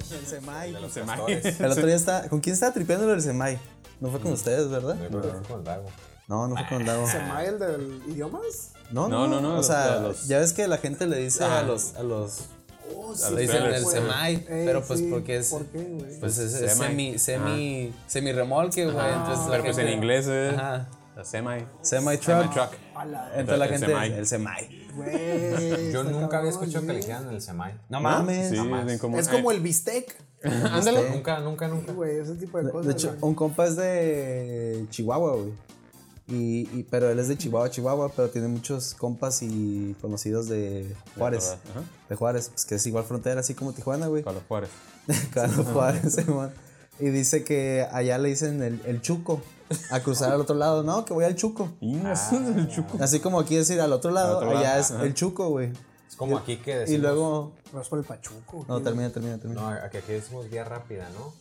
Semai. de los Semai. pastores. El otro día estaba. ¿Con quién estaba tripeando lo del Semai? No fue con ustedes, ¿verdad? Yo creo que Mm. fue con el Dago. No, no fue con el Dago. ¿Semai el del idiomas? No, No, no, no, no, O los- sea, los- ya ves que la gente le dice Ah. a los. A los Oh, sí, le dicen trailers. el güey. Semai. Ey, pero pues sí, porque es. ¿Por qué, güey? Pues es, es semi, Semi. semi, semi remolque, güey. Entonces, la Ah. Pero pues en gente- inglés es Ajá. la semi. Semi Semi truck. truck. A la- Entonces la El gente, semai. el semai. Güey, Yo está nunca cabrón, había escuchado que güey. le dijeran el Semai. No Sí, mames. Jamás. es como, Es como el bistec, Ándale. Nunca, nunca, nunca. güey, ese tipo de De, cosas. de hecho, güey. un compa es de Chihuahua, güey. Y, y- pero él es de Chihuahua, Chihuahua, pero tiene muchos compas y conocidos de Juárez. toda- ajá. De Juárez, pues que es igual frontera, así como Tijuana, güey. Para los Juárez. Carlos Juárez, Simón. Y dice que allá le dicen el, el chuco. A cruzar al otro lado. No, que voy al chuco. Ingas, el chuco. Así como aquí decir al otro lado, otro allá lado, es ajá. el chuco, güey. Es como aquí que Y decimos. luego. Vas por el pachuco. No, güey. termina, termina, termina. No, aquí, aquí decimos vía rápida, ¿no?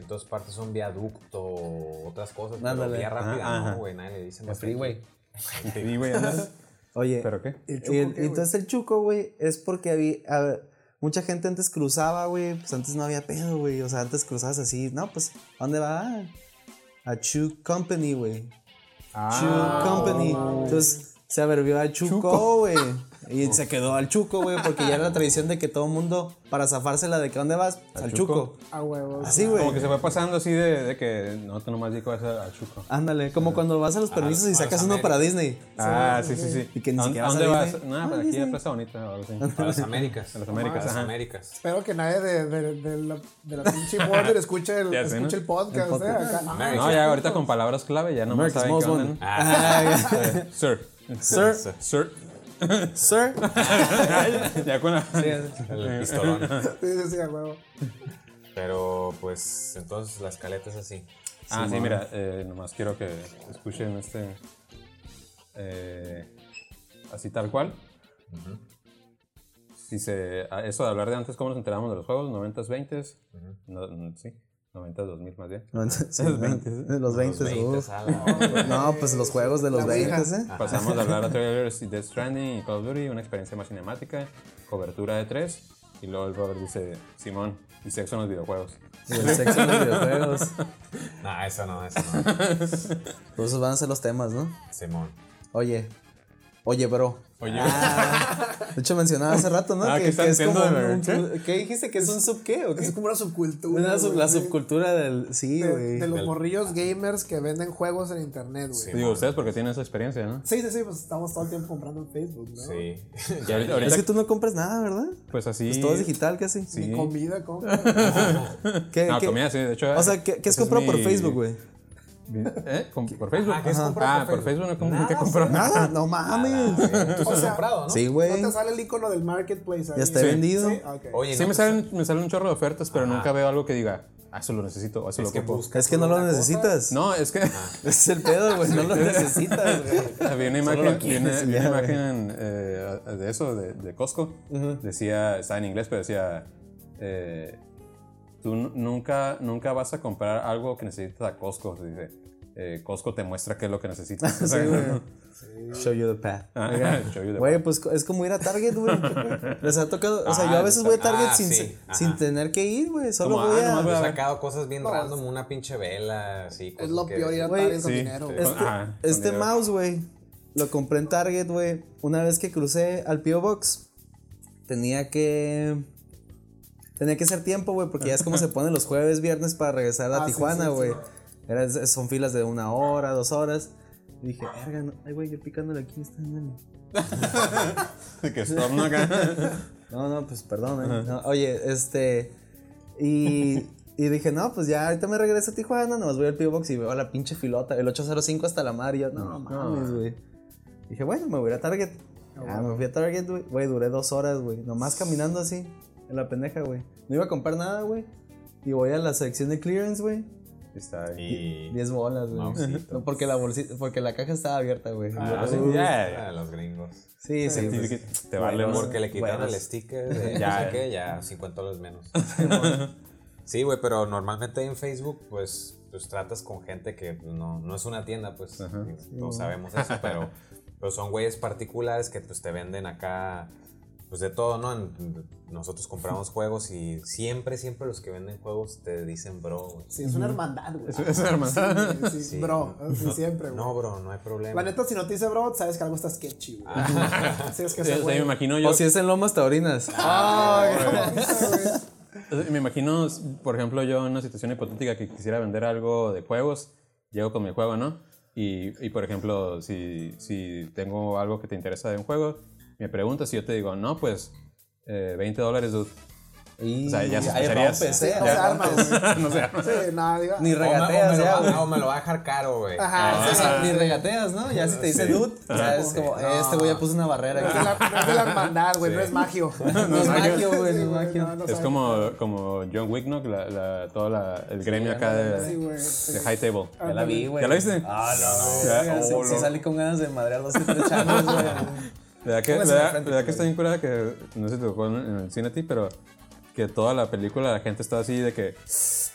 En todas partes son viaducto, otras cosas. Pero Ándale. vía Ajá, rápida, ajá. no, güey. Nadie le dice El freeway. Sí, güey, ándale. Oye. ¿Pero qué? ¿El y chuco el- qué, güey? entonces el chuco, güey, es porque había. a ver, mucha gente antes cruzaba, güey. Pues antes no había pedo, güey. O sea, antes cruzabas así. No, pues, ¿a dónde va? A Chu Company, güey. Ah, Chu Company. Entonces se abrevió a Chuco, güey. Y se quedó al Chuco, güey, porque ya era la tradición de que todo el mundo, para zafársela de que dónde vas, al, Chuco. Chuco. A huevos. Así, Como que güey. se fue pasando así de, de que no, tú nomás dijo eso al chuco. Ándale, como cuando vas a los permisos y a sacas las uno para Disney. Ah, sí, sí, sí. Y que ni ¿A dónde- siquiera ¿A dónde vas a vas? Disney. Nada, Ah, para aquí Disney. a Plaza Bonita o algo así. A las Américas. A las Américas, A las ajá. Américas. Espero que nadie de, de, de la, de la pinche border escuche el, Ya sé, escuche ¿no? el podcast. El podcast. ¿eh? Acá, no, No, ya ahorita con palabras clave ya nomás Ah, America's saben qué Most onda, Wanted. ¿no? Ah, Eh, Sir. Sir, Sir. sir. Ya con la... El pistolón. sí, sí, sí, a huevo. Pero pues entonces la escaleta es así. Ah, sí, mira, eh, nomás quiero que escuchen este. eh, así tal cual. Si se, a eso de hablar de antes, ¿cómo nos enteramos de los juegos? 90s, 20s. No, mm, sí, 90s, 2000 más bien. Sí, Los 20. Los 20, Veinte, uf. sala. No, pues los juegos de los La 20, ouija. ¿eh? Pasamos de hablar a trailers y Death Stranding y Call of Duty, una experiencia más cinemática, cobertura de tres. Y luego el Robert dice: Simón, y sexo en los videojuegos. Y el sexo en los videojuegos. No, eso no, eso no. Pues esos van a ser los temas, ¿no? Simón. Oye. Oye, bro. Oye, Ah. De hecho, mencionaba hace rato, ¿no? Ah, que están siendo de un- ver- un- ¿Qué dijiste? ¿Que es un sub qué? ¿O qué? Es como una subcultura. Una sub- güey, la de- subcultura del. Sí, de, güey. de los morrillos gamers que venden juegos en internet, güey. Sí. digo, ustedes porque tienen esa experiencia, ¿no? sí, sí, pues estamos todo el tiempo comprando en Facebook, ¿no? Sí. Y ahorita, Es ahorita, que tú no compras nada, ¿verdad? pues así. Pues todo es digital casi. Sí. Ni comida, compra. ¿Qué, No, qué- comida sí, de hecho. O sea, ¿qué, qué has ese es comprado por mi- Facebook, güey? ¿Eh? ¿Con- ¿Por Facebook? Ah, ¿qué has Ajá. comprado Ah, por por Facebook no compro Nada, nunca compró nada. Nada, no mames. Tú has comprado, ¿no? Sí, No güey. te sale el icono del marketplace ahí. Ya está vendido. Sí, ok. Oye, Sí no, me pues, salen, me salen un chorro de ofertas, pero nunca veo algo que diga, ah, eso lo necesito, o eso lo es que ocupo. buscas Es que no solo lo una cosa. necesitas. No, es que Ese Es el pedo, güey. No lo necesitas, güey. había lo una imagen, vi quieres, una, vi ya, una imagen eh, de eso, de, de Costco. Decía, estaba en inglés, pero decía, eh, tú nu- nunca, nunca vas a comprar algo que necesitas a Costco. se Dice, eh, Costco te muestra qué es lo que necesitas. O sea, Sí, güey. Show you the path. ah, show you the Güey, pues co- es como ir a Target, güey. Les ha tocado. O sea, yo Ah, a veces voy a Target ah, sin, sí, se- ajá. sin tener que ir, güey. Solo Como, voy ah, a. nomás Yo Pues, he Ajá. sacado cosas bien random, una pinche vela, así. Es cosas lo que- peor ir a Güey, pagar ese sí. dinero, güey. Este, Ajá, este donde- mouse, güey, lo compré en Target, güey. Una vez que crucé al P.O. Box, tenía que. Tenía que hacer tiempo, güey, porque ya es como se pone los jueves, viernes para regresar a Ah, sí, Tijuana, sí, sí. güey. Era- es- Son filas de una hora, dos horas. Y dije, verga, no- ay, güey, yo picándole aquí, está en el- De que estorno acá. No, no, pues perdón. ¿eh? No, oye, este. Y, y dije, no, pues ya ahorita me regreso a Tijuana, nomás voy al P.O. Box y veo a la pinche filota, el 805 hasta la mar. Y yo, no, mames, güey. Dije, bueno, me voy a ir a Target. Ah, me fui a Target, güey. Güey, duré dos horas, güey. Nomás caminando así, en la pendeja, güey. No iba a comprar nada, güey. Y voy a la sección de clearance, güey. Está ahí. Y. 10 bolas, güey. Mausito. No, porque la bolsita, porque la caja estaba abierta, güey. Ah, sí, Uh, ya. A los gringos. sí, sí. Sí, pues. que Te vale Bueno, porque Porque le quitaron Bueno. el sticker de Ya. ya, que ya 50 dólares menos. sí, güey, pero normalmente en Facebook, pues, pues tratas con gente que pues, no, no es una tienda, pues todos sabemos eso, pero, pero son güeyes particulares que pues te venden pues, acá pues de todo, ¿no? En- Nosotros compramos juegos y siempre, siempre los que venden juegos te dicen bro, güey. Sí, es una hermandad, güey. Es- es una hermandad. Sí, güey, sí, Sí. bro, sí, No- siempre, güey. No, bro, no hay problema. La neta, si no te dice bro, sabes que algo está sketchy, güey. Sabes que O sea, ese me güey. imagino yo. O si es en Lomas Ah, Taurinas. O sea, Me imagino, por ejemplo, yo en una situación hipotética que quisiera vender algo de juegos, llego con mi juego, ¿no? Y, y, por ejemplo, si, si tengo algo que te interesa de un juego, me preguntas y yo te digo, no, pues eh, 20 dólares, dude. Y O sea, ya ahí sospecharías. rompes, eh, No ahí se arma, rompes. güey. no sé. Sí, nada, diga. Ni Ah. O me- o me, regateas lo ya, va- güey. o me lo va a dejar caro, güey. Ajá, O sí, sea, ni regateas, ¿no? Ya si te dice dude, ya es como, eh, este güey ya puso una barrera es de aquí. la- no es de la hermandad, güey, no es magio. No es magio, güey, no Sí, es magio. no, no Es sabe. como, como John Wick, ¿no? Que La, la- todo la- el gremio acá de, Sí, güey. de High Table. Ya la vi, güey. ¿Ya lo viste? Ah, no, Ya, no. oh, Si no. salí con ganas de madrear los tres changos, güey. ¿Verdad que, Póngase verdad- de frente, verdad que está bien curada que no sé si te tocó en, en el cine a ti, pero que toda la película la gente está así de que.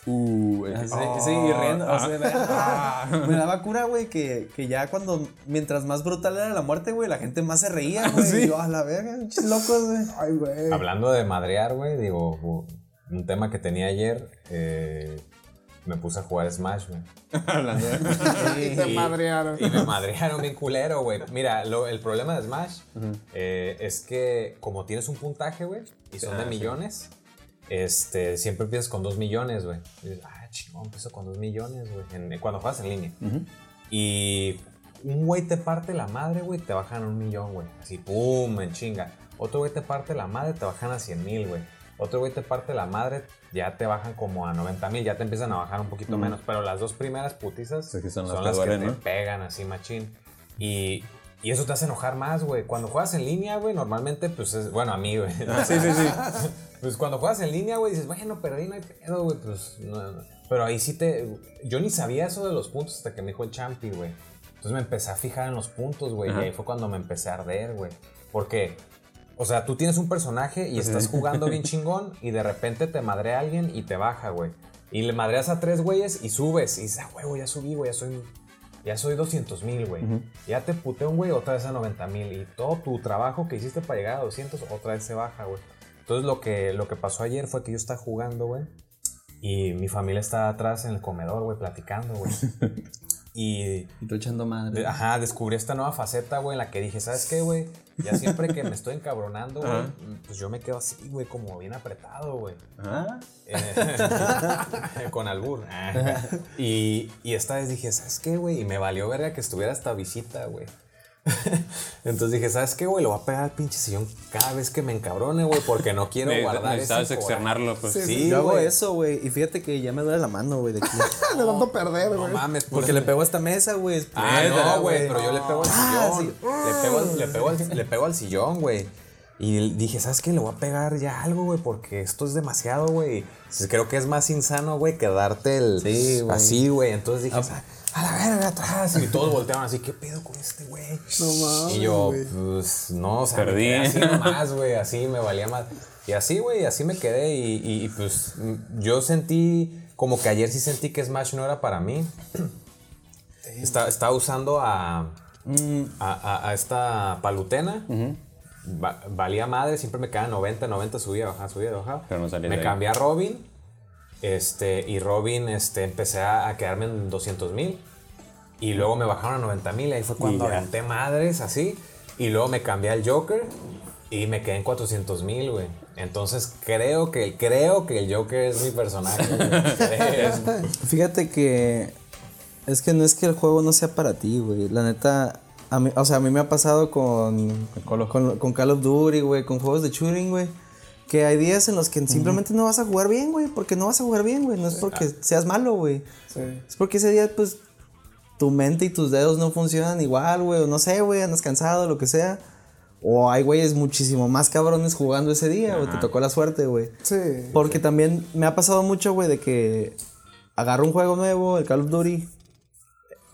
Uh, eh, Así, ah, sí, y riendo. o sea, ah, ah. me daba cura, güey, que, que ya cuando, mientras más brutal era la muerte, güey, la gente más se reía, güey. Sí. Y yo, a la verga, pinches locos, güey. Ay, güey. Hablando de madrear, güey, digo, u- un tema que tenía ayer, eh, me puse a jugar Smash, güey. Hablando de- Y te madrearon. Y me madrearon bien culero, güey. Mira, lo- el problema de Smash eh, es que como tienes un puntaje, güey, y son Ah, de millones, este, siempre empiezas con dos millones, güey. Y dices, Ah, chingón, empiezo con dos millones, güey. en- Cuando juegas en línea. Y un güey te parte la madre, güey, te bajan a un millón, güey. Así, pum, en chinga. Otro güey te parte la madre, te bajan a 100 mil, güey. Otro güey te parte la madre, ya te bajan como a 90 mil, ya te empiezan a bajar un poquito menos. Pero las dos primeras putizas Sí, que son son, las que las que, duelen, te ¿no? pegan así, machín. Y, y eso te hace enojar más, güey. Cuando juegas en línea, güey, normalmente, pues es, bueno, a mí, güey. Ah, Sí, sí, sí. Pues cuando juegas en línea, güey, dices, bueno, pero ahí no hay pedo, güey. Pues, no, no". Pero ahí sí te. Yo ni sabía eso de los puntos hasta que me dijo el Champi, güey. Entonces me empecé a fijar en los puntos, güey. Y ahí fue cuando me empecé a arder, güey. Porque, o sea, tú tienes un personaje y estás jugando bien chingón y de repente te madrea alguien y te baja, güey. Y le madreas a tres güeyes y subes. Y dices, ah, huevo, ya subí, güey, ya soy. Ya soy 200 mil, güey. Ya te puteó un güey otra vez a 90 mil. Y todo tu trabajo que hiciste para llegar a 200 otra vez se baja, güey. Entonces lo que, lo que pasó ayer fue que yo estaba jugando, güey. Y mi familia estaba atrás en el comedor, güey, platicando, güey. Y Y tú echando Ah, de- madre. Ajá, descubrí esta nueva faceta, güey, en la que dije, ¿sabes qué, güey? Ya siempre que me estoy encabronando, güey, Ajá. pues yo me quedo así, güey, como bien apretado, güey. Ah, Eh, con albur. y, y esta vez dije, ¿sabes qué, güey? Y me valió verga que estuviera esta visita, güey. Entonces dije, ¿sabes qué, güey? Lo voy a pegar al pinche sillón cada vez que me encabrone, güey, porque no quiero ne- guardar Necesitabas ese coraje. externarlo, pues. Sí, Sí, Yo hago güey. eso, güey. Y fíjate que ya me duele la mano, güey, de aquí. De tanto perder, No güey. mames, por Porque le pego a esta mesa, güey. es- Ah, Ah, Neta, no, güey, pero yo le pego al sillón. Le pego al- Le, pego al, le pego al sillón, güey. Y dije, ¿sabes qué? Le voy a pegar ya algo, güey, porque esto es demasiado, güey. Creo que es más insano, güey, que darte el. Sí, güey. Ah. Así, güey. Entonces dije, "Ah, a la verga, atrás. Y todos voltearon así, ¿qué pedo con este, güey? mames, Y yo, güey. pues, no, o sea, me Perdí. quedé así nomás, güey, así me valía más. Y así, güey, así me quedé. Y, y- y, pues, mm, yo sentí, como que ayer sí sentí que Smash no era para mí. Está- estaba usando a, a, a- a esta palutena. Va- valía madre, siempre me quedaba 90, 90, subía, bajaba, subía, bajaba. Pero no salía me de ahí. cambié a Robin. Este, y Robin, este, empecé a, a quedarme en 200 mil. Y luego me bajaron a 90 mil. Ahí fue cuando Y ya. aventé madres, así. Y luego me cambié al Joker. Y me quedé en 400 mil, güey. Entonces creo que, creo que el Joker es mi personaje. güey. Fíjate que es que no es que el juego no sea para ti, güey. La neta, a mí, o sea, a mí me ha pasado con Call of- con, con Call of Duty, güey, con juegos de shooting, güey. Que hay días en los que simplemente no vas a jugar bien, güey, porque no vas a jugar bien, güey. No es porque seas malo, güey. Sí. Es porque ese día, pues, tu mente y tus dedos no funcionan igual, güey. O no sé, güey, andas cansado, lo que sea. O hay güeyes muchísimo más cabrones jugando ese día, güey. Te tocó la suerte, güey. Sí. Porque también me ha pasado mucho, güey, de que agarro un juego nuevo, el Call of Duty,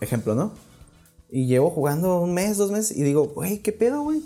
ejemplo, ¿no? Y llevo jugando un mes, dos meses, y digo, güey, ¿qué pedo, güey?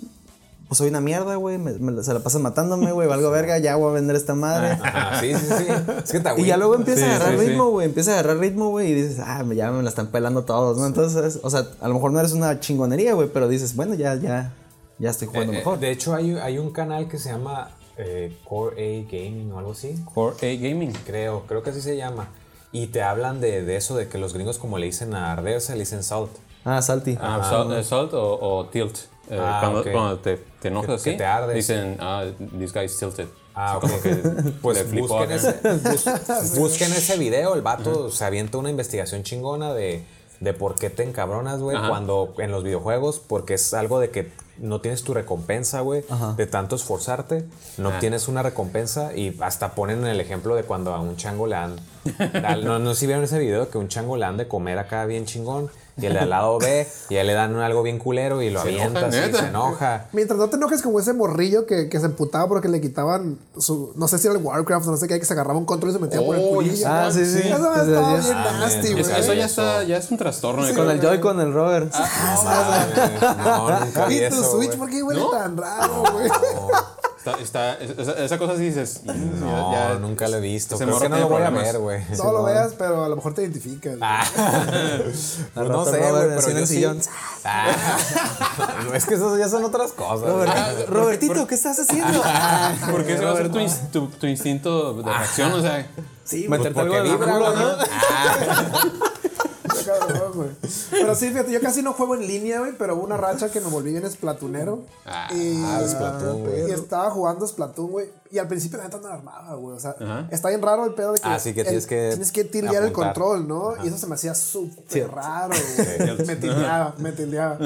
Pues soy una mierda, güey, me- me la- se la pasan matándome, güey, valgo verga, ya voy a vender esta madre. Ajá, sí, sí, sí. Es que te Y ya agüitas. luego empieza Sí, a agarrar sí, sí. ritmo, güey, empieza a agarrar ritmo, güey, y dices, ah, me- ya me la están pelando todos, ¿no? Entonces, o sea, a lo mejor no eres una chingonería, güey, pero dices, bueno, ya, ya, ya estoy jugando Eh, mejor. De hecho, hay, hay un canal que se llama eh, Core A Gaming o algo así. Core A Gaming. Creo, creo que así se llama. Y te hablan de, de eso, de que los gringos, como le dicen a arderse, le dicen salt. Ah, Salty. Ah, salt, eh, salt o, o tilt. Eh, Ah, cuando, ok. cuando te, te enojas Que- así, que te ardes. dicen, ah, this guy's tilted. Ah, Como ok. que le Pues flipó busquen acá. ese, bus- busquen ese video, el vato se avienta una investigación chingona de, de por qué te encabronas, güey, Ajá. cuando en los videojuegos, porque es algo de que no tienes tu recompensa, güey, de tanto esforzarte, no Ah. obtienes una recompensa y hasta ponen el ejemplo de cuando a un chango le dan, al- no, no sé si vieron ese video, que un chango le dan de comer acá bien chingón y el de al lado ve y a él le dan algo bien culero y lo Se enoja, avienta así, neta. se enoja. Mientras no te enojes como ese morrillo que, que se emputaba porque le quitaban su. No sé si era el Warcraft, no sé qué, que se agarraba un control y se metía por el Oh, culillo. Ah, sí, sí. Eso me Pues, estaba ya- bien Ah, man, nasty, es- güey. Es- eso ya, Eso. está, ya es un trastorno. ¿eh? yo con creo. el Joy, con el Robert. Ah, No, mames, no, nunca vi ¿Y tu eso, Switch? güey. ¿Por qué huele ¿No? tan raro, güey? Está- está- esa, esa cosa sí dices. mm, No, ya- nunca lo he visto. ese Creo morro que no lo tiene voy a problemas. ver, güey. No lo veas, pero a lo mejor te identificas. Ah. Al Pues no rato sé, Robert güey, así pero en yo el sí. sillón. Ah. No, es que eso ya son otras cosas. güey. Robertito, Robertito, ¿qué estás haciendo? Ah, Porque ese va a ser tu, ins- tu- tu instinto de reacción, o sea. Sí, Pues meterte algo porque en el vibra, Ah, culo, güey. ¿no? Está cabrón, güey. Pero sí, fíjate, yo casi no juego en línea, güey, pero hubo una racha que me volví bien esplatunero. Ah, y, Splatoon, güey. y estaba jugando Splatoon, güey. Y al principio la neta no la armaba, güey. O sea, está bien raro el pedo de que. Ah, sí, que el- tienes que Tienes que tildear el apuntar. control, ¿no? Y eso se me hacía súper raro, güey. me tildeaba, me tildeaba.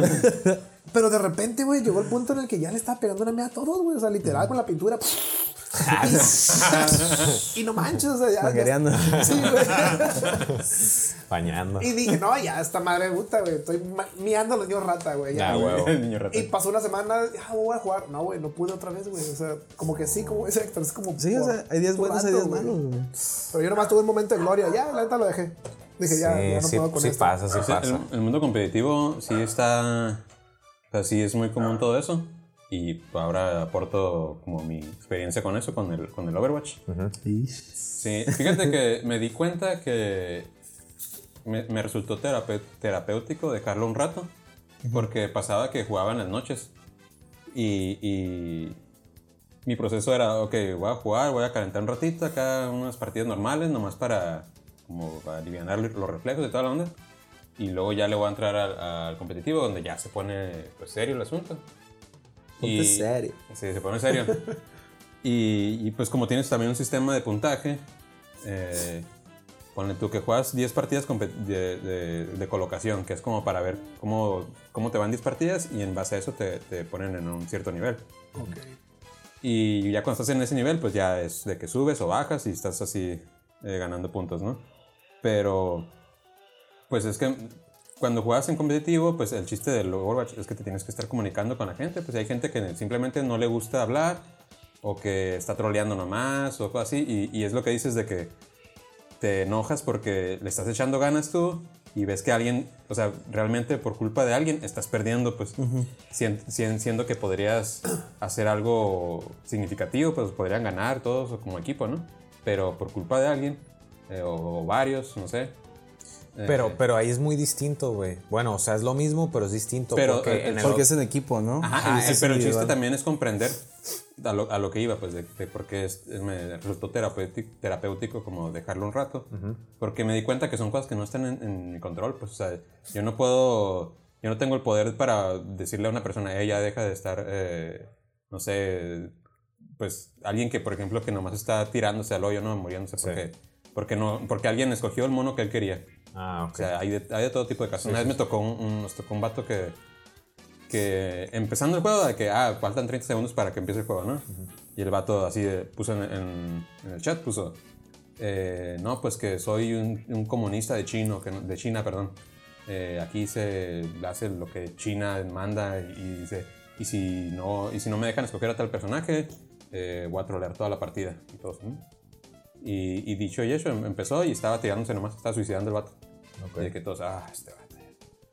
Pero de repente, güey, llegó el punto en el que ya le estaba pegando una mea a todos, güey. O sea, literal, con la pintura. Ah. y, no manches, o sea, ya- Maquereando. ya. Sí, güey. Bañando. Y dije, no, ya, esta madre puta, güey. Estoy ma- miando a los niños rata, güey. ya. Ah, huevo. El niño ratón. y pasó una semana, ah, voy a jugar. No, güey, no pude otra vez, güey. O sea, como que sí, como ese Héctor, es como. Sí, o por- sea, hay días por buenos, hay rato, días güey. malos, güey. Pero yo nomás tuve un momento de gloria. Ya, la neta lo dejé. Dije, ya, ya Sí, no sí, puedo con sí esto. pasa, sí eh, O sea, el, pasa. el mundo competitivo sí está. O sea, sí es muy común todo eso. Y ahora aporto como mi experiencia con eso, con el, con el Overwatch. Sí, fíjate que me di cuenta que me, me resultó terape- terapéutico dejarlo un rato. Porque pasaba que jugaba en las noches. Y, y mi proceso era, ok, voy a jugar, voy a calentar un ratito acá, unas partidas normales, nomás para como aliviar los reflejos y toda la onda. Y luego ya le voy a entrar al, al competitivo, donde ya se pone pues, serio el asunto. Ponte serio. Sí, se pone serio. y, y, pues como tienes también un sistema de puntaje, eh, ponle tú que juegas 10 partidas compe- de, de- de colocación, que es como para ver cómo, cómo te van 10 partidas y en base a eso te, te ponen en un cierto nivel. Y ya cuando estás en ese nivel, pues ya es de que subes o bajas y estás así eh, ganando puntos, ¿no? Pero, pues es que cuando juegas en competitivo, pues el chiste del Overwatch es que te tienes que estar comunicando con la gente. Pues hay gente que simplemente no le gusta hablar o que está troleando nomás o cosas así. Y, y es lo que dices de que te enojas porque le estás echando ganas tú y ves que alguien, o sea, realmente por culpa de alguien estás perdiendo, pues sien- sien- siendo que podrías hacer algo significativo, pues podrían ganar todos como equipo, ¿no? Pero por culpa de alguien eh, o, o varios, no sé. eh, Pero, pero ahí es muy distinto, güey. Bueno, o sea, es lo mismo, pero es distinto. Pero, porque eh, en el Porque es en equipo, ¿no? Ajá, Ajá, el- es pero el chiste individual. también es comprender a lo, a lo que iba, pues, de, de por qué es- me resultó terapéutico, terapéutico como dejarlo un rato. Porque me di cuenta que son cosas que no están en, en mi control, pues, o sea, yo no puedo, yo no tengo el poder para decirle a una persona, ella deja de estar, eh, no sé, pues, alguien que, por ejemplo, que nomás está tirándose al hoyo, no, muriéndose, porque, porque, no, porque alguien escogió el mono que él quería. Ah, ok. O sea, hay de, hay de todo tipo de casos. Una vez me tocó un, un- nos tocó un vato que, que empezando el juego, de que, ah, faltan 30 segundos para que empiece el juego, ¿no? Y el vato así de- puso en, en- en el chat, puso, eh, no, pues que soy un, un comunista de, chino, que no- de China, perdón. Eh, aquí se hace lo que China manda y dice, y si no, y si no me dejan escoger a tal personaje, eh, voy a trolear toda la partida. Y todos, "Mm". Y, y dicho y hecho, em- empezó y estaba tirándose nomás, estaba suicidando el vato. Y de que todos, ah, este vato".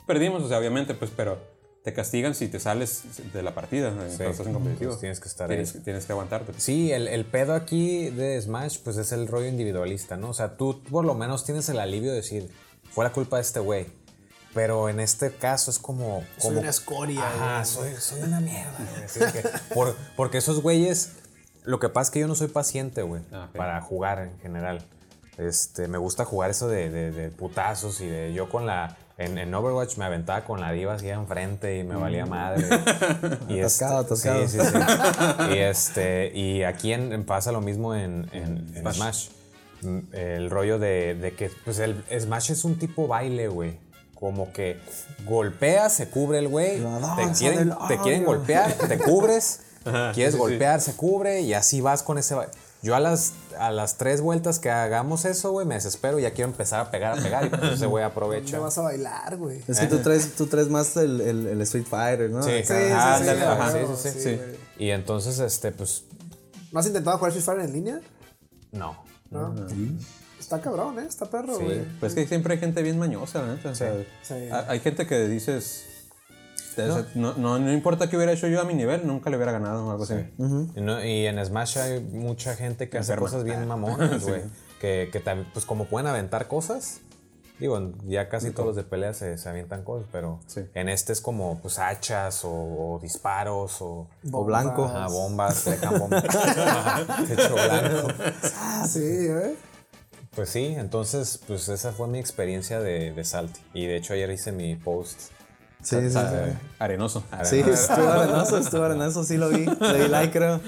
Perdimos, o sea, obviamente, pues, pero te castigan si te sales de la partida. ¿no? Entonces, estás en competitivo. Entonces, tienes que estar tienes, ahí. tienes que aguantarte. Pues, Sí, el, el pedo aquí de Smash, pues es el rollo individualista, ¿no? O sea, tú por lo menos tienes el alivio de decir, fue la culpa de este güey. Pero en este caso es como. Soy como- una escoria, Ajá, güey. soy, soy una mierda, güey. Así de que, por- porque esos güeyes. Lo que pasa es que yo no soy paciente, güey. Ah, ok. Para jugar en general. Este, me gusta jugar eso de, de- de putazos y de. Yo con la. En, en Overwatch me aventaba con la diva así enfrente y me valía Mm. madre. y este- Atascado, atascado. Sí, sí, sí. y este. Y aquí en- en- pasa lo mismo en, en- en Smash. Smash. Mm, El rollo de, de que, pues el Smash es un tipo baile, güey. Como que golpeas, se cubre el güey. La Te danza quieren, del te quieren año. golpear, te cubres. Ajá, quieres sí, sí. golpear, se cubre. Y así vas con ese baile. Yo a las, a las tres vueltas que hagamos eso, güey, me desespero. Ya quiero empezar a pegar, a pegar. Y pues ese güey Te aprovecha. vas a bailar, güey. Es que tú traes, tú traes más el, el- el Street Fighter, ¿no? Sí, Acá. sí, Ah, sí, ándale, ajá, claro, sí, sí, sí, sí. güey. Y entonces, este, pues, ¿No has intentado jugar Street Fighter en línea? no. No. Ah, Está cabrón, ¿eh? Está perro, Sí. güey. Pues es que siempre hay gente bien mañosa, la neta. o sea, Sí. ha- Hay gente que dices. o sea, No. no- no importa qué hubiera hecho yo a mi nivel, nunca le hubiera ganado o algo así. Y no- y en Smash hay mucha gente que hace cosas bien mamonas, güey. Que, que tam- pues como pueden aventar cosas. Digo, ya casi todos los de pelea se, se avientan cosas, pero Sí. en este es como pues hachas o, o disparos o, O blanco. Ajá, bombas, te dejan bombas. Ajá, te echo blanco. Ah, sí, ¿eh? Pues sí, entonces pues esa fue mi experiencia de, de Salty. Y de hecho ayer hice mi post. Sí, O sí, sí. sea, Arenoso. Sí, estuvo arenoso, estuvo arenoso, sí lo vi. Le di like, creo.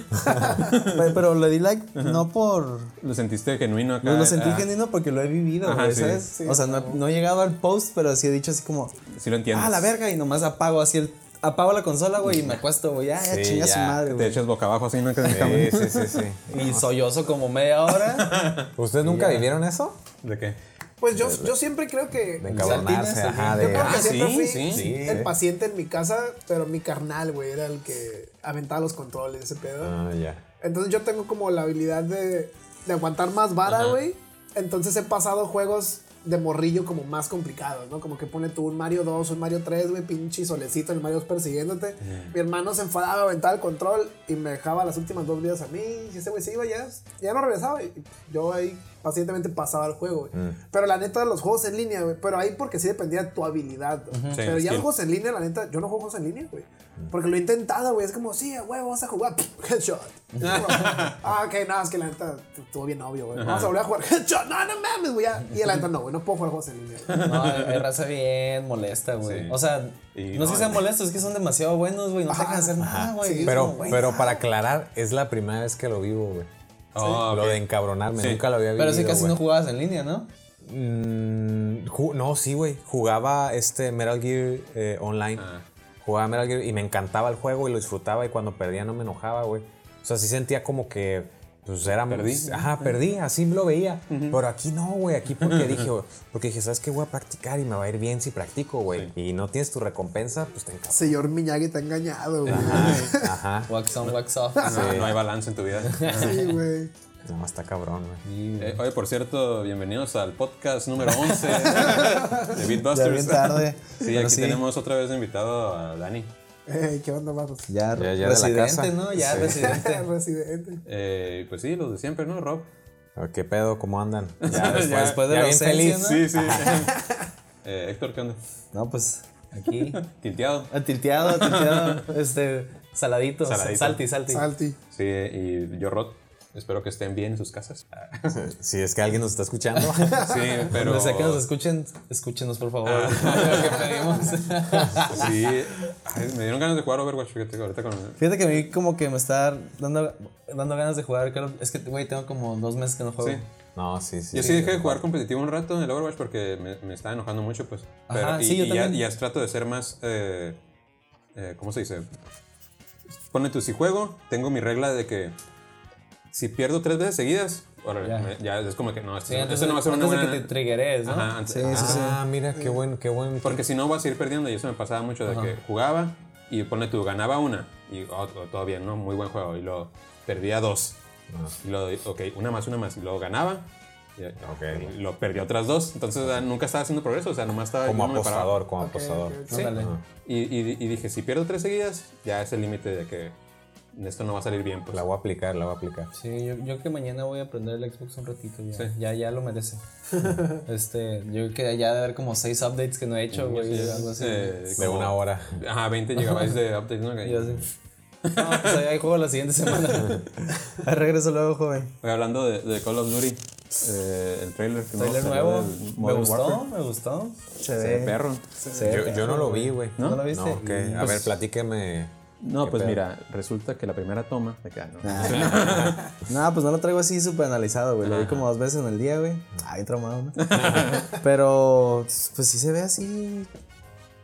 Pero, pero le di like no por. Lo sentiste genuino acá. Lo, lo sentí ah, genuino porque lo he vivido, Ajá, güey, sí. ¿sabes? Sí, o sea, no, no he llegado al post, pero sí he dicho así como. Sí lo entiendes. Ah, la verga, y nomás apago así el. Apago la consola, güey, y me acuesto, güey. "Ah, Ya, ya, Sí, chinga su ya. madre, Te güey. echas boca abajo así, ¿no? Que en cama. Sí, sí, sí, sí. Y sollozo como media hora. ¿Ustedes nunca vivieron eso? ¿De qué? Pues yo, yo siempre creo que. De encabronarse, Saltines, ajá, Yo de... creo que Ah, siempre sí, fui sí, sí. el paciente en mi casa, pero mi carnal, güey, era el que aventaba los controles, ese pedo. Ah, ya. Entonces yo tengo como la habilidad de, de aguantar más vara, güey. Entonces he pasado juegos de morrillo como más complicados, ¿no? Como que pone tú un Mario 2, un Mario 3, güey, pinche solecito, el Mario 2 persiguiéndote. Mi hermano se enfadaba, aventaba el control y me dejaba las últimas dos vidas a mí. Y ese güey se iba ya, ya no regresaba. Y yo ahí pacientemente pasaba el juego, güey. Pero la neta, los juegos en línea, güey. Pero ahí porque sí dependía de tu habilidad. güey. Sí, Pero skill. ya los juegos en línea, la neta, yo no juego juegos en línea, güey. Porque lo he intentado, güey. Es como, sí, a huevo, vas a jugar. Headshot. ah, ok, no, es que la neta estuvo bien obvio, güey. Vamos a volver a jugar. Headshot, no, no mames, güey. ya. Y la neta, no, güey, no puedo jugar juegos en línea. güey. No, hay hay raza bien molesta, güey. Sí. O sea, Y no es no, que sean molestos, es que son demasiado buenos, güey. No te dejan hacer nada, Ah, güey. sí. Es Ah, Pero, como, güey, ah. pero para aclarar, es la primera vez que lo vivo, güey. Ah, Lo ok. de encabronarme, Sí. nunca lo había vivido. Pero sí casi güey. no jugabas en línea, ¿no? Mm, ju- no, sí, güey. Jugaba este Metal Gear eh, online. Ah. Jugaba Metal Gear y me encantaba el juego y lo disfrutaba y cuando perdía no me enojaba, güey. O sea, sí sentía como que pues era Perdí. Ajá, perdí, así lo veía. Pero aquí no, güey, aquí porque dije, porque dije, ¿sabes qué? Voy a practicar y me va a ir bien si practico, güey. Y no tienes tu recompensa, pues te encabronas. Señor Miyagi está engañado, güey. Ajá. Wax on, wax off. No, no hay balance en tu vida. Sí, güey. No, está cabrón, güey. Eh, oye, por cierto, bienvenidos al podcast número 11 de Ya Beatbusters. bien tarde. Sí, Pero aquí tenemos otra vez invitado a Dani. Ey, ¿Qué onda, vamos? Ya, Ya- ya de la casa. residente, ¿no? Ya Sí. residente. Residente. Eh, pues sí, los de siempre, ¿no, Rob? A ver, ¿Qué pedo? ¿Cómo andan? Ya después- después de ya la bien ausencia, feliz. ¿no? Sí, sí. Eh, Héctor, ¿qué onda? No, pues aquí. Tinteado. Tilteado, tilteado. Este, saladito. Saladito. Salti, salti. Salty. Sí, y yo, Rod. Espero que estén bien en sus casas. Si es que alguien nos está escuchando. Sí, pero. Ah. Donde sea que nos escuchen, escúchenos, por favor. Lo que pedimos. Sí, Ay, me dieron ganas de jugar Overwatch, fíjate, ahorita con. Fíjate que a mí como que me está dando, dando ganas de jugar. Call of- Es que, güey, tengo como dos meses que no juego. Sí. No, sí, sí. Yo sí dejé de jugar competitivo un rato en el Overwatch porque me, me estaba enojando mucho, pues. Ajá, Pero- y, sí, yo y ya, también. ya trato de ser más. eh, eh, ¿Cómo se dice? Pone tú, si juego, tengo mi regla de que si pierdo tres veces seguidas, órale, Ya. me- ya es como que no, Sí, este, antes, este no va a ser una antes de buena. que te triggeres, ¿no? Ajá, antes- sí, ajá. sí, sí. Ah, mira, qué buen, qué buen. Porque si no vas a ir perdiendo y eso me pasaba mucho de que jugaba y pone tú, ganaba una y oh, oh, todo bien, ¿no? Muy buen juego y luego perdía dos. Ah, Y luego, ok, una más, una más y luego ganaba. y- Ok. Lo perdí otras dos, entonces o sea, nunca estaba haciendo progreso, o sea, nomás estaba... Como no me paraba. apostador, como apostador. Ándale. Y, y- y dije, si pierdo tres seguidas, ya es el límite de que esto no va a salir bien, pues. La voy a aplicar, la voy a aplicar. Sí, yo, yo que mañana voy a aprender el Xbox un ratito. Ya, ya, ya lo merece. este, yo que ya de haber como seis updates que no he hecho, güey. algo así. Eh, De como- una hora. Ajá, 20 GB de updates, ¿no? Y yo así, No, pues ahí hay juego la siguiente semana. Ahí Regreso luego, joven. Oye, hablando de, de Call of Duty, eh, el trailer que Trailer salió nuevo. del Me Modern gustó, Warfare. me gustó. Se Se ve ve. perro. se ve Yo, perro. yo no lo vi, güey. ¿No lo viste? Mm, No, ok. A pues, ver, platíqueme. No, ¿Qué pues pedo? mira, resulta que la primera toma. de que, ah, no. Nada, pues no lo traigo así súper analizado, güey. Lo Ah. vi como dos veces en el día, güey. Ay, traumado, ¿no? Pero, pues sí se ve así.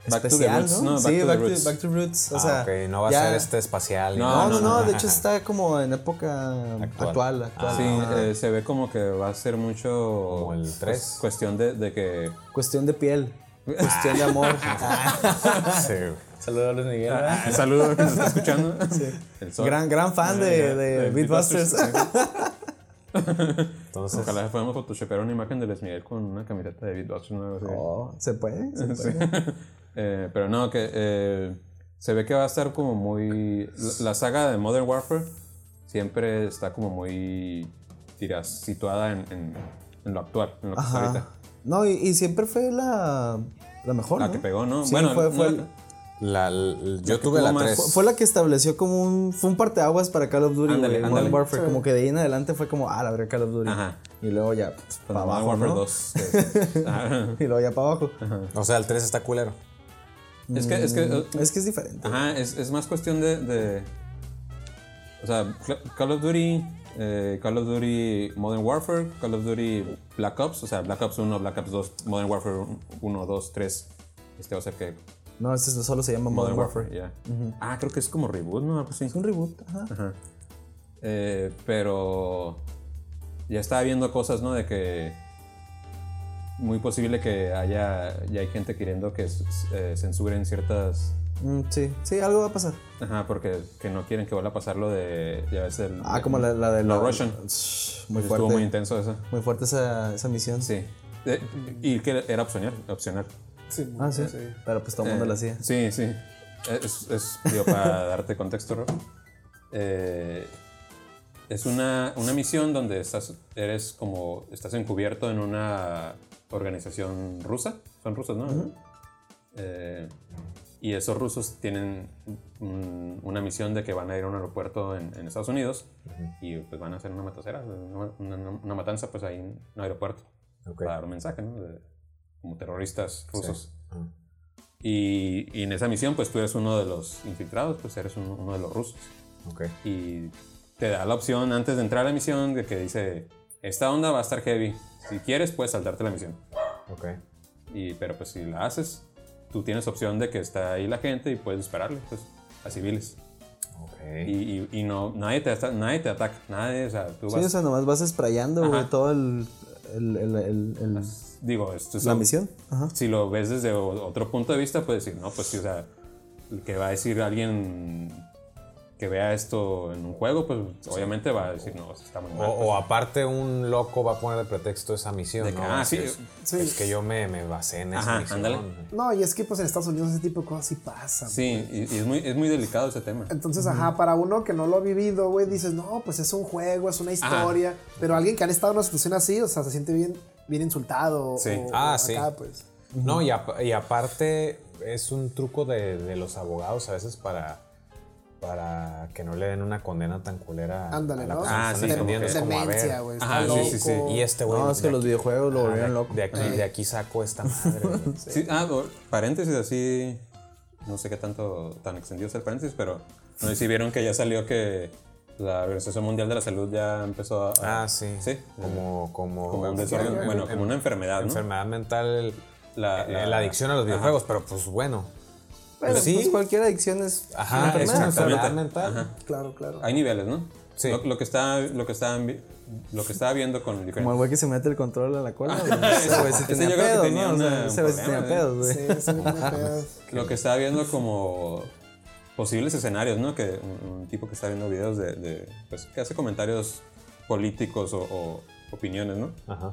Back to the especial, roots, ¿no? ¿no? Back sí, to the back, roots. To, back to Roots. O Ah, sea, ok, no va ya- a ser este espacial. ni No, Ah, no, nada. no. De hecho, está como en época Actual. actual. actual, Sí, eh, se ve como que va a ser mucho. Como el pues, tres. cuestión de, de que. Cuestión de piel. Cuestión de amor. Sí, güey. Saludos a Luis Miguel. Ah, saludo que nos está escuchando. El sol. Eh, gran, gran fan de, de, de Beatbusters. Entonces, Ojalá podamos photoshopear una imagen de Les Miguel con una camiseta de Beatbusters nueva. así. Oh, ¿Se puede? ¿Se puede? Eh, pero no, que eh, se ve que va a estar como muy... la- La saga de Modern Warfare siempre está como muy, dirás, situada en, en- en lo actual, en lo que está Ajá. ahorita. No, y, y siempre fue la, la mejor. La ¿no? que pegó, ¿no? Sí, bueno, fue, fue, no, la- l- yo tuve la tuvo más- 3. fue- fue la que estableció como un. Fue un parteaguas para Call of Duty. güey, Ándale, ándale. Modern Warfare. Como que de ahí en adelante fue como, ah, la verdad, Call of Duty. Ajá. Y luego ya. pues, para Modern abajo, Warfare ¿no? 2. que- Ah, Y luego ya para abajo. O sea, el 3 está culero. es que... Es que eh, Es que es diferente. Ajá, es, es más cuestión de, de- O sea, Cla- Call of Duty, eh, Call of Duty Modern Warfare, Call of Duty Black Ops, o sea, Black Ops 1, Black Ops 2, Modern Warfare 1, 2, 3. Este, o sea que. No, este solo se llama Modern Modern Warfare, Warfare. ya. Ah, creo que es como reboot, ¿no? Algo así. Es un reboot. Ajá. Eh, pero ya estaba viendo cosas, ¿no? De que muy posible que haya, ya hay gente queriendo que eh, censuren ciertas Mm, sí, sí, algo va a pasar. Ajá, porque que no quieren que vuelva a pasar lo de. Ya ves el. Ah, como la, la de Lo la- Russian. Shh, Muy Estuvo fuerte. muy Muy, intenso eso. fuerte esa, esa misión. Sí. Eh, y que era opcional. opcional. Sí, Ah, sí. sí. Pero pues todo el mundo Eh, la hacía. Sí, sí. Es, es- digo, para darte contexto, Rob, eh, es una, una misión donde estás, eres como, estás encubierto en una organización rusa. Son rusos, ¿no? Eh, y esos rusos tienen un- una misión de que van a ir a un aeropuerto en, en Estados Unidos y pues van a hacer una matacera, una, una- una matanza pues ahí en un aeropuerto Ok. para dar un mensaje, ¿no? De- como terroristas rusos. Ah. Ajá. Y, y en esa misión, pues tú eres uno de los infiltrados, pues eres un- uno de los rusos. Ok. Y te da la opción antes de entrar a la misión de que dice, esta onda va a estar heavy. Si quieres, puedes saltarte la misión. Ok. Y, pero pues si la haces, tú tienes opción de que está ahí la gente y puedes dispararle pues, a civiles. Ok. Y, y- y no, nadie, te, ata- nadie te ataca, nadie, o sea, tú Sí, vas... o sea, nomás vas sprayando, güey, Ajá. todo el, el- el- el- el- digo, esto es la lo- misión. Ajá. si lo ves desde o- otro punto de vista, puedes decir, no, pues sí, o sea, el que va a decir alguien que vea esto en un juego, pues obviamente va a decir, no, esto está muy O, mal. pues". o aparte un loco va a poner de pretexto esa misión, De que, ¿no? ah, sí, Es, sí. es que yo me, me basé en esa Ajá, misión. ándale. No, y es que pues en Estados Unidos ese tipo de cosas sí pasan. sí, y, y es, muy, es muy delicado ese tema. Entonces, ajá, para uno que no lo ha vivido, güey, dices, no, pues es un juego, es una historia. Pero alguien que han estado en una situación así, o sea, se siente bien, bien insultado. Sí. o- Ah, o sí. acá, pues. No, y, apa- y aparte es un truco de, de los abogados a veces para, para que no le den una condena tan culera a- Ándale, a la ¿no? persona Ah, que sí, Ah, están como defendiendo. que- Es como, a ver, Demencia, güey, ajá, está sí, sí, sí. loco. Y este güey. No, es que de los aquí- videojuegos lo ajá, volvieron de- loco. De aquí, de aquí saco esta madre. güey. Sí, ah, o- paréntesis así, no sé qué tanto, tan extendido es el paréntesis, pero no sé si vieron que ya salió que la Organización Mundial de la Salud ya empezó a... a- Ah, sí. Sí, Como, como, como un desorden, bueno, como una enfermedad, ¿no? enfermedad mental, eh, La- la, la- adicción a los videojuegos, pero pues bueno. Pero Pues sí. pues, cualquier adicción es una Ajá, es enfermedad. una enfermedad Exactamente. mental. Claro, claro. Hay niveles, ¿no? Sí. Lo, lo que está, lo que está, vi- lo que estaba viendo con Como el güey que se mete el control a la cola. güey. Ese güey sí Ese tenía yo creo que pedos, tenía ¿no? O sea, una- Ese güey sí un tenía problema, pedos, güey. Sí, sí, muy pedo. lo que estaba viendo como posibles escenarios, ¿no? Que un, un tipo que está viendo videos de, de, pues, que hace comentarios políticos o, o opiniones, ¿no? Ajá.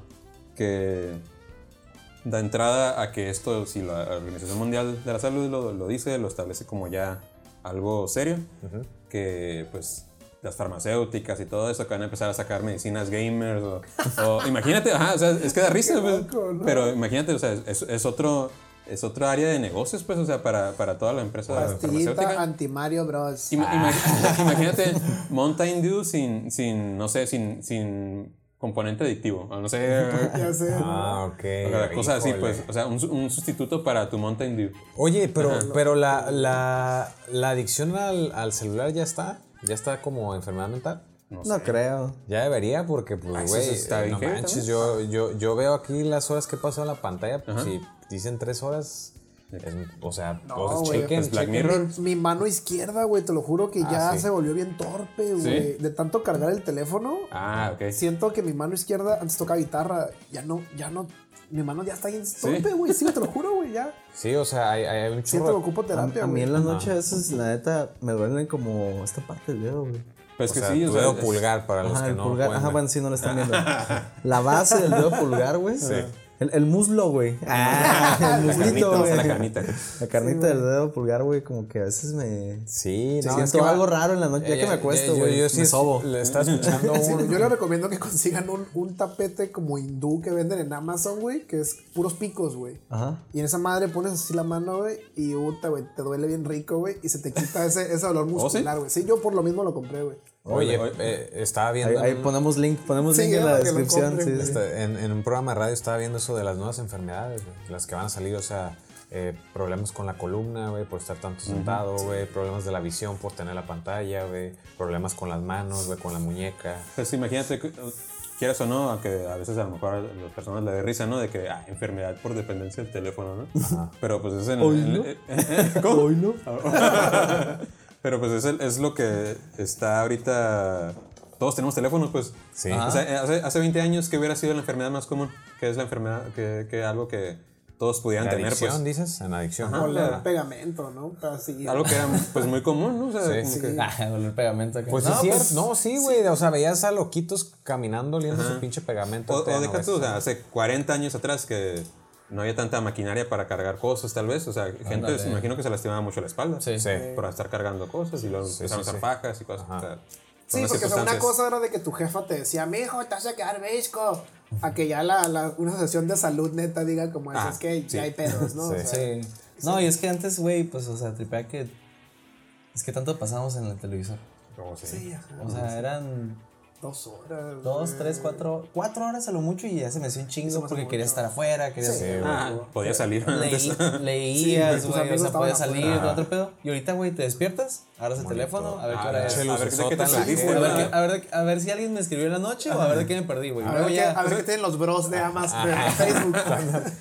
Que da entrada a que esto, si la Organización Mundial de la Salud lo, lo dice, lo establece como ya algo serio, que pues las farmacéuticas y todo eso que van a empezar a sacar medicinas gamers o, o- imagínate, ajá, o sea, es que da risa, pues, pero imagínate, o sea, es, es otro es otra área de negocios, pues, o sea, para, para toda la empresa Pastillita farmacéutica. anti Mario Bros. Ima- ima- imagínate Mountain Dew sin, sin, no sé, sin, sin componente adictivo, o no sé, Ya sé. Ah, o ok. sea, cosas así, híjole. pues, o sea, un, su- un sustituto para tu Mountain Dew. Oye, pero, pero la, la, la adicción al, al celular ya está. Ya está como enfermedad mental. No, creo. Ya debería, porque, Ah, pues, eso güey, está eh, bien no heavy manches, yo, yo, yo veo aquí las horas que paso en la pantalla. pues, si dicen tres horas, es- o sea, pues, güey, chequen, pues, Black chequen. Mirror. Mi, mi mano izquierda, güey, te lo juro que ya Ah, sí. se volvió bien torpe, güey. De tanto cargar el teléfono, Ah, ok. siento que mi mano izquierda, antes tocaba guitarra, ya no, ya no. Mi mano ya está bien torpe, güey. Sí, te lo juro, güey, ya. Sí, o sea, hay, hay un Siento que chorro. de- ocupo A, terapia, a mí güey. en la noche a veces, la neta, me duelen como esta parte del dedo, güey. Pues o que sea, sí, o tu sea, dedo es- pulgar para los Ajá, que el no pulgar. pueden Ajá, ver. bueno, sí, no lo están viendo. La base del dedo pulgar, güey. El, el muslo, güey. Ah, el Carnita, muslito, o sea, güey. eh. la carnita. La carnita del dedo pulgar, güey, como que a veces me... Sí, no, siento es que va- algo raro en la noche, ya, que me acuesto, yo- güey. Yo, sí me es- sobo. le estaba escuchando Sí, un... yo le recomiendo que consigan un, un tapete como hindú que venden en Amazon, güey, que es puros picos, güey. Ajá. Y en esa madre pones así la mano, güey, y puta, güey, te duele bien rico, güey, y se te quita ese, ese dolor muscular, güey. ¿Oh, sí, yo por lo mismo lo compré, güey. Oye, eh, estaba Ahí, viendo... ahí en- ponemos link, ponemos Sí, link en ya, la para que lo descripción. compren, sí, güey. sí. Este, En, en un programa de radio estaba viendo eso de las nuevas enfermedades, güey, las que van a salir, o sea, eh, problemas con la columna, güey, por estar tanto sentado, güey, problemas de la visión por tener la pantalla, güey, problemas con las manos, güey, con la muñeca. Pues imagínate, que, eh, quieras o no, que a veces a lo mejor a las personas le da risa, ¿no? De que, ah, enfermedad por dependencia del teléfono, ¿no? Pero pues es en el... en- eh, eh, ¿Cómo? Ah, Pero pues es, el- es lo que está ahorita... Todos tenemos teléfonos, pues. Sí. O sea, eh, hace, hace 20 años que hubiera sido la enfermedad más común, que es la enfermedad, que, que algo que todos pudieran En tener, adicción, pues. dices, en adicción. O ¿no? le da pegamento, ¿no? Pero así. Algo que era pues muy común, ¿no? O sea, como que- Ah, el pegamento acá. Pues no, sí, sí, no, sí, güey, o sea, veías a loquitos caminando oliendo su pinche pegamento. O, o alterno, deja güey. tú, o sea, hace 40 años atrás que no había tanta maquinaria para cargar cosas, tal vez. O sea, gente, se imagino que se lastimaba mucho la espalda. Sí. Sí. Por estar cargando cosas y luego empezaron sí, a usar sí. fajas y cosas. o sea, Sí, son las porque o sea, una circunstancias. cosa era de que tu jefa te decía, mijo, te vas a quedar visco. A que ya la, la- una sesión de salud neta diga como eso, Ah, es que sí. ya hay pedos, ¿no? O sea, Sí. No, y es que antes, güey, pues, o sea, tripea que. Es que tanto pasábamos en el televisor. Como si- sí, ajá, O sea, eran Dos horas. dos, güey. tres, cuatro, cuatro horas a lo mucho y ya se me hacía un chingo porque quería estar afuera, quería Sí, hacer- ah, podía salir antes. Leí- Sí, leías, tus güey, o amigos sea, podías estaban salir, todo otro pedo. Y ahorita, güey, te despiertas, agarras el teléfono, a ver qué Ah, hora es. pinche A ver, lucesota ¿de qué te en la saliste, A jeta, ver, güey? qué- a, ver, a ver si alguien me escribió en la noche o a ver de qué me perdí, güey. A Luego ver, qué, ya- a ver qué tienen los bros de Amazon, de Facebook.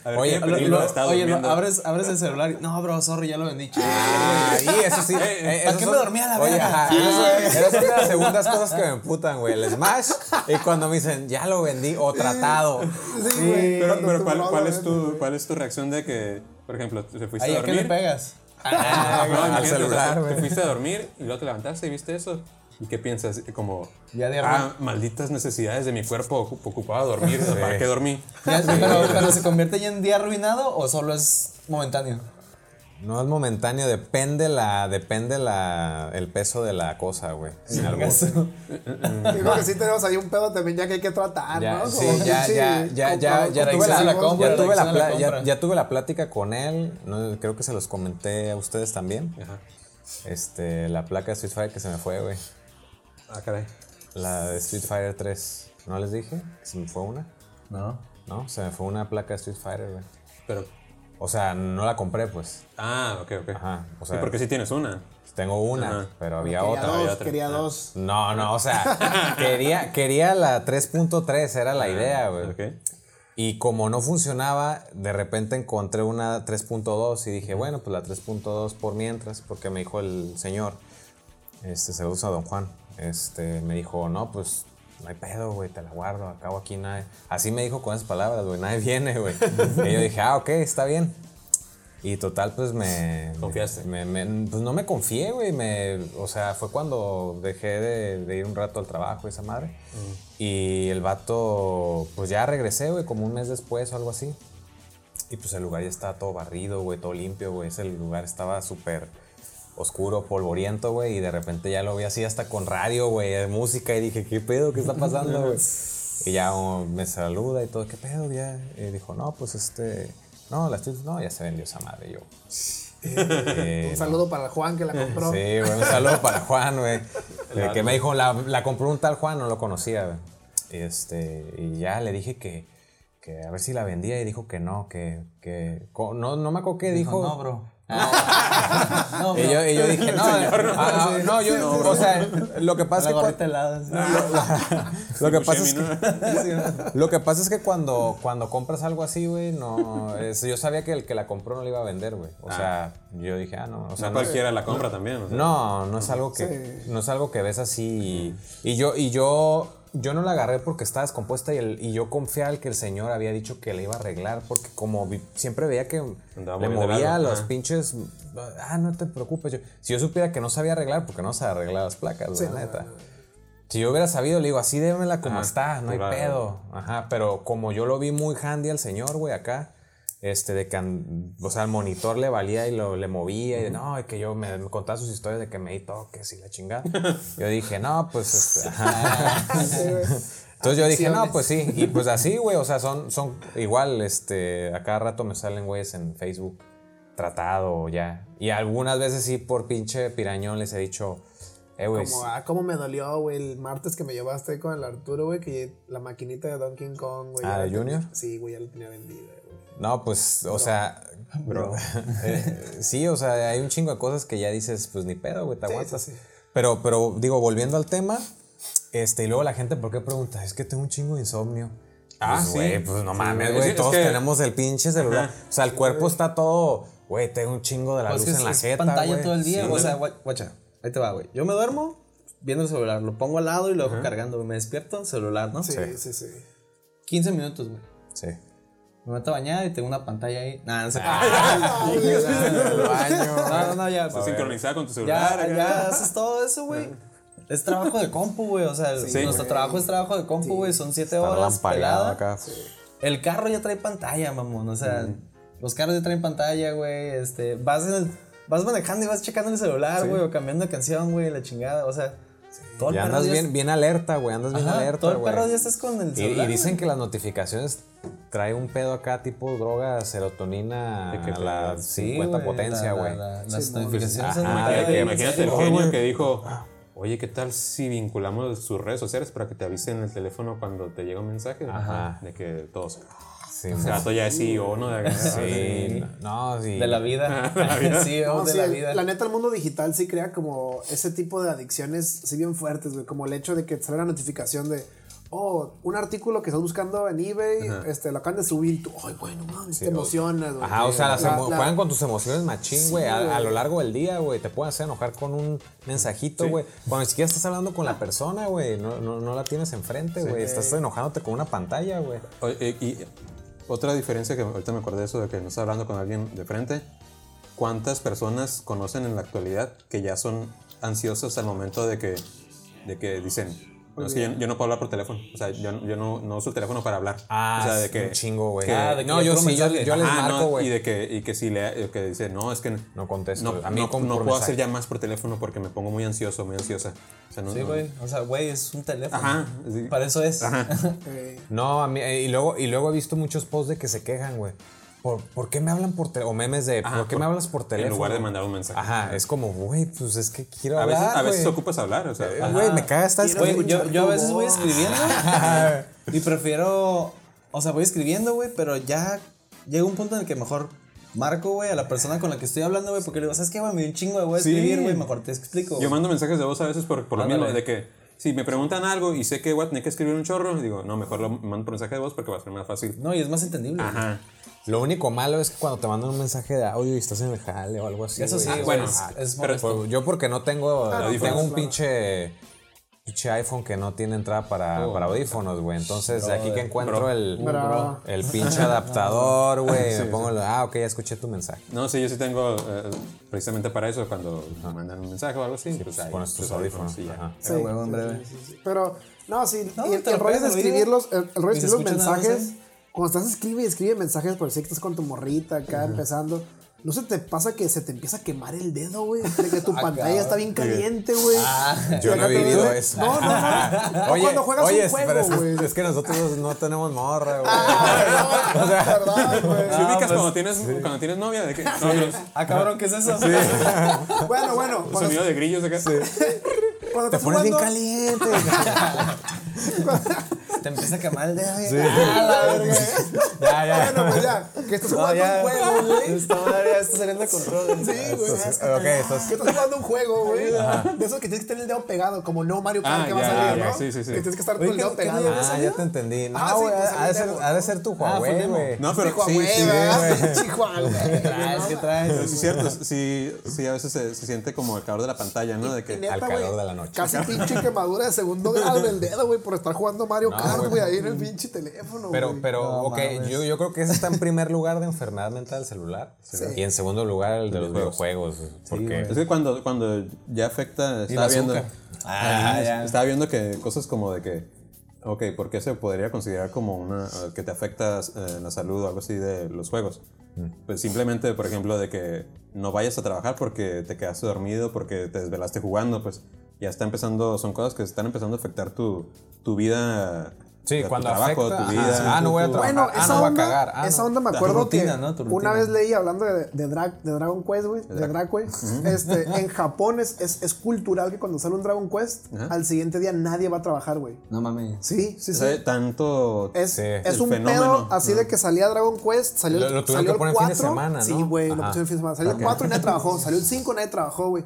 A ver, Oye, qué lo- peligro lo- está oye, lo- durmiendo. abres, abres el celular y. No, bro, sorry, ya lo vendí. chido". Ahí, eso sí. eh, ¿Para esos qué son- me dormí a la Oye, verga? ajá, esas esas son de las segundas cosas que me emputan, güey. El Smash y cuando me dicen, ya lo vendí o tratado. Sí, güey. Pero, cuando pero tu ¿cuál, bro cuál lo es ve, tu, ¿cuál es tu reacción de que, por ejemplo, te fuiste Ay, a ¿a qué dormir? le pegas? Ah, no, al imagínate, celular, o sea, güey. Te fuiste a dormir y luego te levantaste y viste eso. ¿Y qué piensas? Como, Ya de ah, malditas necesidades de mi cuerpo ocu- ocupado a dormir. o sea, ¿Para qué dormí? Ya, pero, pero se convierte ya en día arruinado o solo es momentáneo? No es momentáneo, depende la, depende la, el peso de la cosa, güey. Sin albur. Digo que sí tenemos ahí un pedo también ya que hay que Ah, tratar, Ya, ¿no? sí, Como ya, pinche ya, ya, ya, comprador ya, tuve con tuve la- la, la compra, ya, tuve la reacciona la pla- ya- compra. ya tuve la plática con él. no, creo que se los comenté a ustedes también. Este, la placa de Street Fighter que se me fue, güey. Ah, caray. La de Street Fighter 3. ¿No les dije? que Se me fue una. No. No, se me fue una placa de Street Fighter, güey. Pero, O sea, no la compré, pues. ah, ok, ok. Ajá, o Sí, sea- porque sí tienes una. Tengo una, pero había Quería otra. dos, otra. quería dos. No, no, o sea, quería, quería la 3.3, era la idea, güey. Ok. Y como no funcionaba, de repente encontré una 3.2 y dije, bueno, pues la 3.2 por mientras, porque me dijo el señor, este, saludos a don Juan, este, me dijo, no, pues no hay pedo, güey, te la guardo, acabo aquí nadie. Así me dijo con esas palabras, güey, nadie viene, güey. y yo dije, ah, ok, está bien. Y total, pues me. Confiaste. me- me- pues no me confié, güey. me- O sea, fue cuando dejé de, de ir un rato al trabajo, esa madre. Y el vato, pues ya regresé, güey, como un mes después o algo así. Y pues el lugar ya estaba todo barrido, güey, todo limpio, güey. Ese lugar estaba súper oscuro, polvoriento, güey, y de repente ya lo vi así hasta con radio, güey, música, y dije, ¿qué pedo? ¿Qué está pasando, güey? Y ya oh, me saluda y todo, ¿qué pedo? Ya, y dijo, no, pues este, no, las chips, no, ya se vendió esa madre, Y yo. eh, Un saludo para Juan que la compró. Sí, güey, un saludo para Juan, güey. El que me dijo, la, la compró un tal Juan, no lo conocía, güey. Este, y ya le dije que, que a ver si la vendía y dijo que no, que, que co- no, no me acuerdo qué dijo. No, bro. Y yo, y yo dije, no, ah, ah, no, yo, o sea, lo que La pasa es que gorrita helada. así. lo pues, que pasa es que, lo que pasa es que cuando, cuando compras algo así, güey, no, es- yo sabía que el que la compró no la iba a vender, güey. O sea, yo dije, ah, no, o sea, No no- cualquiera la compra también. o sea. no, no es algo que no es algo que ves así y, y yo y yo yo no la agarré porque estaba descompuesta y, el- y yo confiaba que el señor había dicho que la iba a arreglar porque como vi- siempre veía que Andaba le moviendo movía algo, los ajá. pinches ah no te preocupes yo- si yo supiera que no sabía arreglar porque no se arreglar las placas la neta si yo hubiera sabido, le digo, así démela como Ah, Ajá, está, no hay claro. pedo. Ajá, pero como yo lo vi muy handy al señor, güey, acá, este, de que, an- o sea, el monitor le valía y lo, le movía, y no, y que yo me, me contaba sus historias de que me di toques y la chingada. yo dije, no, pues, este, ajá. Entonces yo dije, no, pues sí, y pues así, güey, o sea, son, son igual, este, a cada rato me salen güeyes en Facebook tratado ya. Y algunas veces sí, por pinche pirañón les he dicho, eh, güey, Como, ah, cómo me dolió, güey, el martes que me llevaste con el Arturo, güey, que la maquinita de Donkey Kong, güey. Ah, ya ¿de la tenía- Junior? Sí, güey, ya la tenía vendida, güey. No, pues, o sea, eh, sí, o sea, hay un chingo de cosas que ya dices, pues ni pedo, güey, te aguantas. sí, sí. Pero, pero, digo, volviendo al tema, este, y luego la gente, ¿por qué pregunta? Es que tengo un chingo de insomnio. Ah, pues, sí. Güey, pues no Sí, mames, es güey, que- todos es que- tenemos el pinche celular. O sea, el cuerpo está todo, güey, tengo un chingo de la Pues luz que en la es jeta, pantalla güey. todo el día, Sí, güey. o sea, gua- guacha, ahí te va, güey. Yo me duermo viendo el celular, lo pongo al lado y lo dejo cargando, güey. Me despierto, celular, ¿no? Sí, Sí. sí, sí. 15 minutos, güey. Sí. Me meto a bañar y tengo una pantalla ahí. Nah, no sé. El baño. No, no, no, ya. Ah. Se sincronizaba con tu celular. Ya, acá. ya haces todo eso, güey. Es trabajo de compu, güey. O sea, nuestro trabajo es trabajo de compu, güey. Son siete Está horas lampareado pelada. acá. El carro ya trae pantalla, mamón. O sea, los carros ya traen pantalla, güey. Este, vas, en el- vas manejando y vas checando el celular, güey, o cambiando de canción, güey, la chingada. O sea, todo el Ya perro andas día bien, bien alerta, güey, andas bien Ajá, alerta, todo el güey. perro día estás con el Y, celular. y dicen güey. que las notificaciones trae un pedo acá tipo droga, serotonina, De que a la te- 50 güey, la- potencia, la- güey. la- Las notificaciones son Ajá, muy De que caras. Pues, imagínate el genio que dijo, Ah. oye, ¿qué tal si vinculamos sus redes sociales para que te avisen el teléfono cuando te llega un mensaje? Ajá. De que todos... Sí, O sea, esto ya es E CEO, ¿no? De, sí, no, sí. De la vida. sí, No, o de sí, la el- vida. la neta, el mundo digital sí crea como ese tipo de adicciones, sí bien fuertes, güey. Como el hecho de que te sale la notificación de, oh, un artículo que estás buscando en eBay, este, lo acaban de subir. Tú, ay, bueno, mames, te emocionas, güey. Ajá, o sea, las La- emo- la- juegan con tus emociones machín, güey, a, a lo largo del día, güey. Te pueden hacer enojar con un mensajito, güey. Cuando ni siquiera estás hablando con la persona, güey. No, no, no la tienes enfrente, güey. Estás enojándote con una pantalla, güey. Oye, eh, y y otra diferencia que ahorita me acordé de eso, de que no estás hablando con alguien de frente. ¿Cuántas personas conocen en la actualidad que ya son ansiosas al momento de que, de que dicen, "No, es que yo, yo no puedo hablar por teléfono? O sea, yo, no- yo no, no uso el teléfono para hablar. o sea, de que, Ah, un chingo, güey. que- Ah, de que no, yo puro sí, yo, mensaje. yo les Ajá, no, marco, güey. y de que, y que si le que dice, no, es que No contesto. No, A mí no- con- no por puedo mensaje. hacer llamadas por teléfono porque me pongo muy ansioso, muy ansiosa. O sea, no, Sí, no- güey. O sea, güey, es un teléfono. Ajá, sí. Para eso es. eh, No, a mí, eh, y, luego, y luego he visto muchos posts de que se quejan, güey. ¿Por, por qué me hablan por teléfono? O memes de, Ajá, ¿por qué por- me hablas por teléfono? En lugar de mandar un mensaje. Ajá, es como, güey, pues es que quiero A veces, hablar, a veces güey. ocupas hablar, o sea. Eh, Güey, me caga esta... Quiero- Güey, yo, yo a veces voy voz. escribiendo y prefiero. O sea, voy escribiendo, güey, pero ya llega un punto en el que mejor marco, güey, a la persona con la que estoy hablando, güey, porque le digo, ¿sabes qué, güey? Me dio un chingo de güey Sí. escribir, güey, mejor te explico. Yo güey". mando mensajes de voz a veces por, por lo mismo, Ándale. de que si me preguntan algo y sé que voy a tener que escribir un chorro, digo, no, mejor lo mando por mensaje de voz porque va a ser más fácil. No, y es más entendible. güey. Ajá. Lo único malo es que cuando te mandan un mensaje de audio y estás en el jale o algo así. Eso sí, güey. güey, bueno, es, ah, es pero- molesto. Pues yo porque no tengo... Ah, tengo audífonos. un pinche... Pinche iPhone que no tiene entrada para, Oh, para audífonos, güey. Entonces, de aquí que encuentro el, Bro. el pinche adaptador, güey. me pongo... el- Ah, ok, ya escuché tu mensaje. No, sí, yo sí tengo eh, precisamente para eso, cuando me mandan un mensaje o algo así, pues, ahí, Pones tus pues, audífonos. sí, ya. Ajá. sí, huevo, en sí, breve. sí, sí, sí. Pero, no, sí, No, y el, te lo el rollo pegas de al oído. escribirlos, el, el rollo de Y se escribir los escucha nada más mensajes, cuando estás escribe y escribe mensajes, por si estás con tu morrita acá empezando. ¿No se te pasa que se te empieza a quemar el dedo, güey? De que Ah, tu pantalla está bien caliente, güey. Y Yo no acá he te vivido duele. eso. No, no, no. Ah, Oye, cuando juegas oye, un juego, pero es, güey. es que nosotros no tenemos morra, güey. Ah, perdón, perdón, güey. Ah, Si pues, ubicas cuando, tienes, cuando tienes novia, de que. No, Ah, cabrón, ¿qué es eso? Bueno, bueno. no, Cuando, sonido de grillos acá. cuando Te estás pones bien jugando- caliente. Te empieza a quemar el dedo. Ah, Sí. ya, Ah, ya. Ah, Bueno, pues ya. Que estás jugando un juego, güey. Esta madre ya está saliendo de control. Sí, güey. ok, estás- Que estás jugando un juego, güey. De esos que tienes que tener el dedo pegado, como no Mario Kart Ah, que va a ya, salir, ya, ¿no? sí, sí, sí. Que tienes que estar con Oye, el dedo ¿qué- qué pegado. nivel Ah, ya te entendí. No, Ah, sí, güey, pues, ha, de ahorita ser, no. ha de ser tu Huawei, güey. No, pero Chihuahua, sí, sí, ¿verdad? güey. Chihuahua, güey. Traes, ¿qué Ah, traes? Pero sí es cierto, sí, sí a veces se, se siente como el calor de la pantalla, ¿no? De que Neta, Al calor güey, de la noche. Casi pinche quemadura de segundo grado en el dedo, güey, por estar jugando Mario Kart, güey, ahí en el pinche teléfono, Pero, güey. pero, ok, yo, yo creo que ese está en primer lugar de enfermedad mental del celular. Y en segundo lugar el de los videojuegos. Porque. es que cuando, cuando ya afecta, estaba la viendo, azúcar. Ah, Ajá, ya. estaba viendo que cosas como de que, ok, ¿por qué se podría considerar como una eh, que te afecta eh, la salud o algo así de los juegos? Mm. Pues simplemente, por ejemplo, de que no vayas a trabajar porque te quedaste dormido, porque te desvelaste jugando, pues ya está empezando, son cosas que están empezando a afectar tu, tu vida, sí, tu cuando trabajo, afecta. tu ajá, vida. sí, ah, no voy a trabajar. Bueno, ah, esa, no voy a onda, cagar. Ah, esa no. onda me acuerdo rutina, que ¿no? Tu rutina. una vez leí hablando de, de drag, de Dragon Quest, güey, de Drag Quest, este, en Japón es, es, es cultural que cuando sale un Dragon Quest, al siguiente día nadie va a trabajar, güey. No mames. Sí, sí, O sí. sea, tanto Es, Sí. es El un fenómeno, pedo así de que salía Dragon Quest, salió, Lo- el- lo tuvieron salió que poner el en fin 4. de semana, ¿no? Sí, güey, lo Ajá. pusieron en fin de semana. Salió el 4 y nadie trabajó. Salió el 5 y nadie trabajó, güey.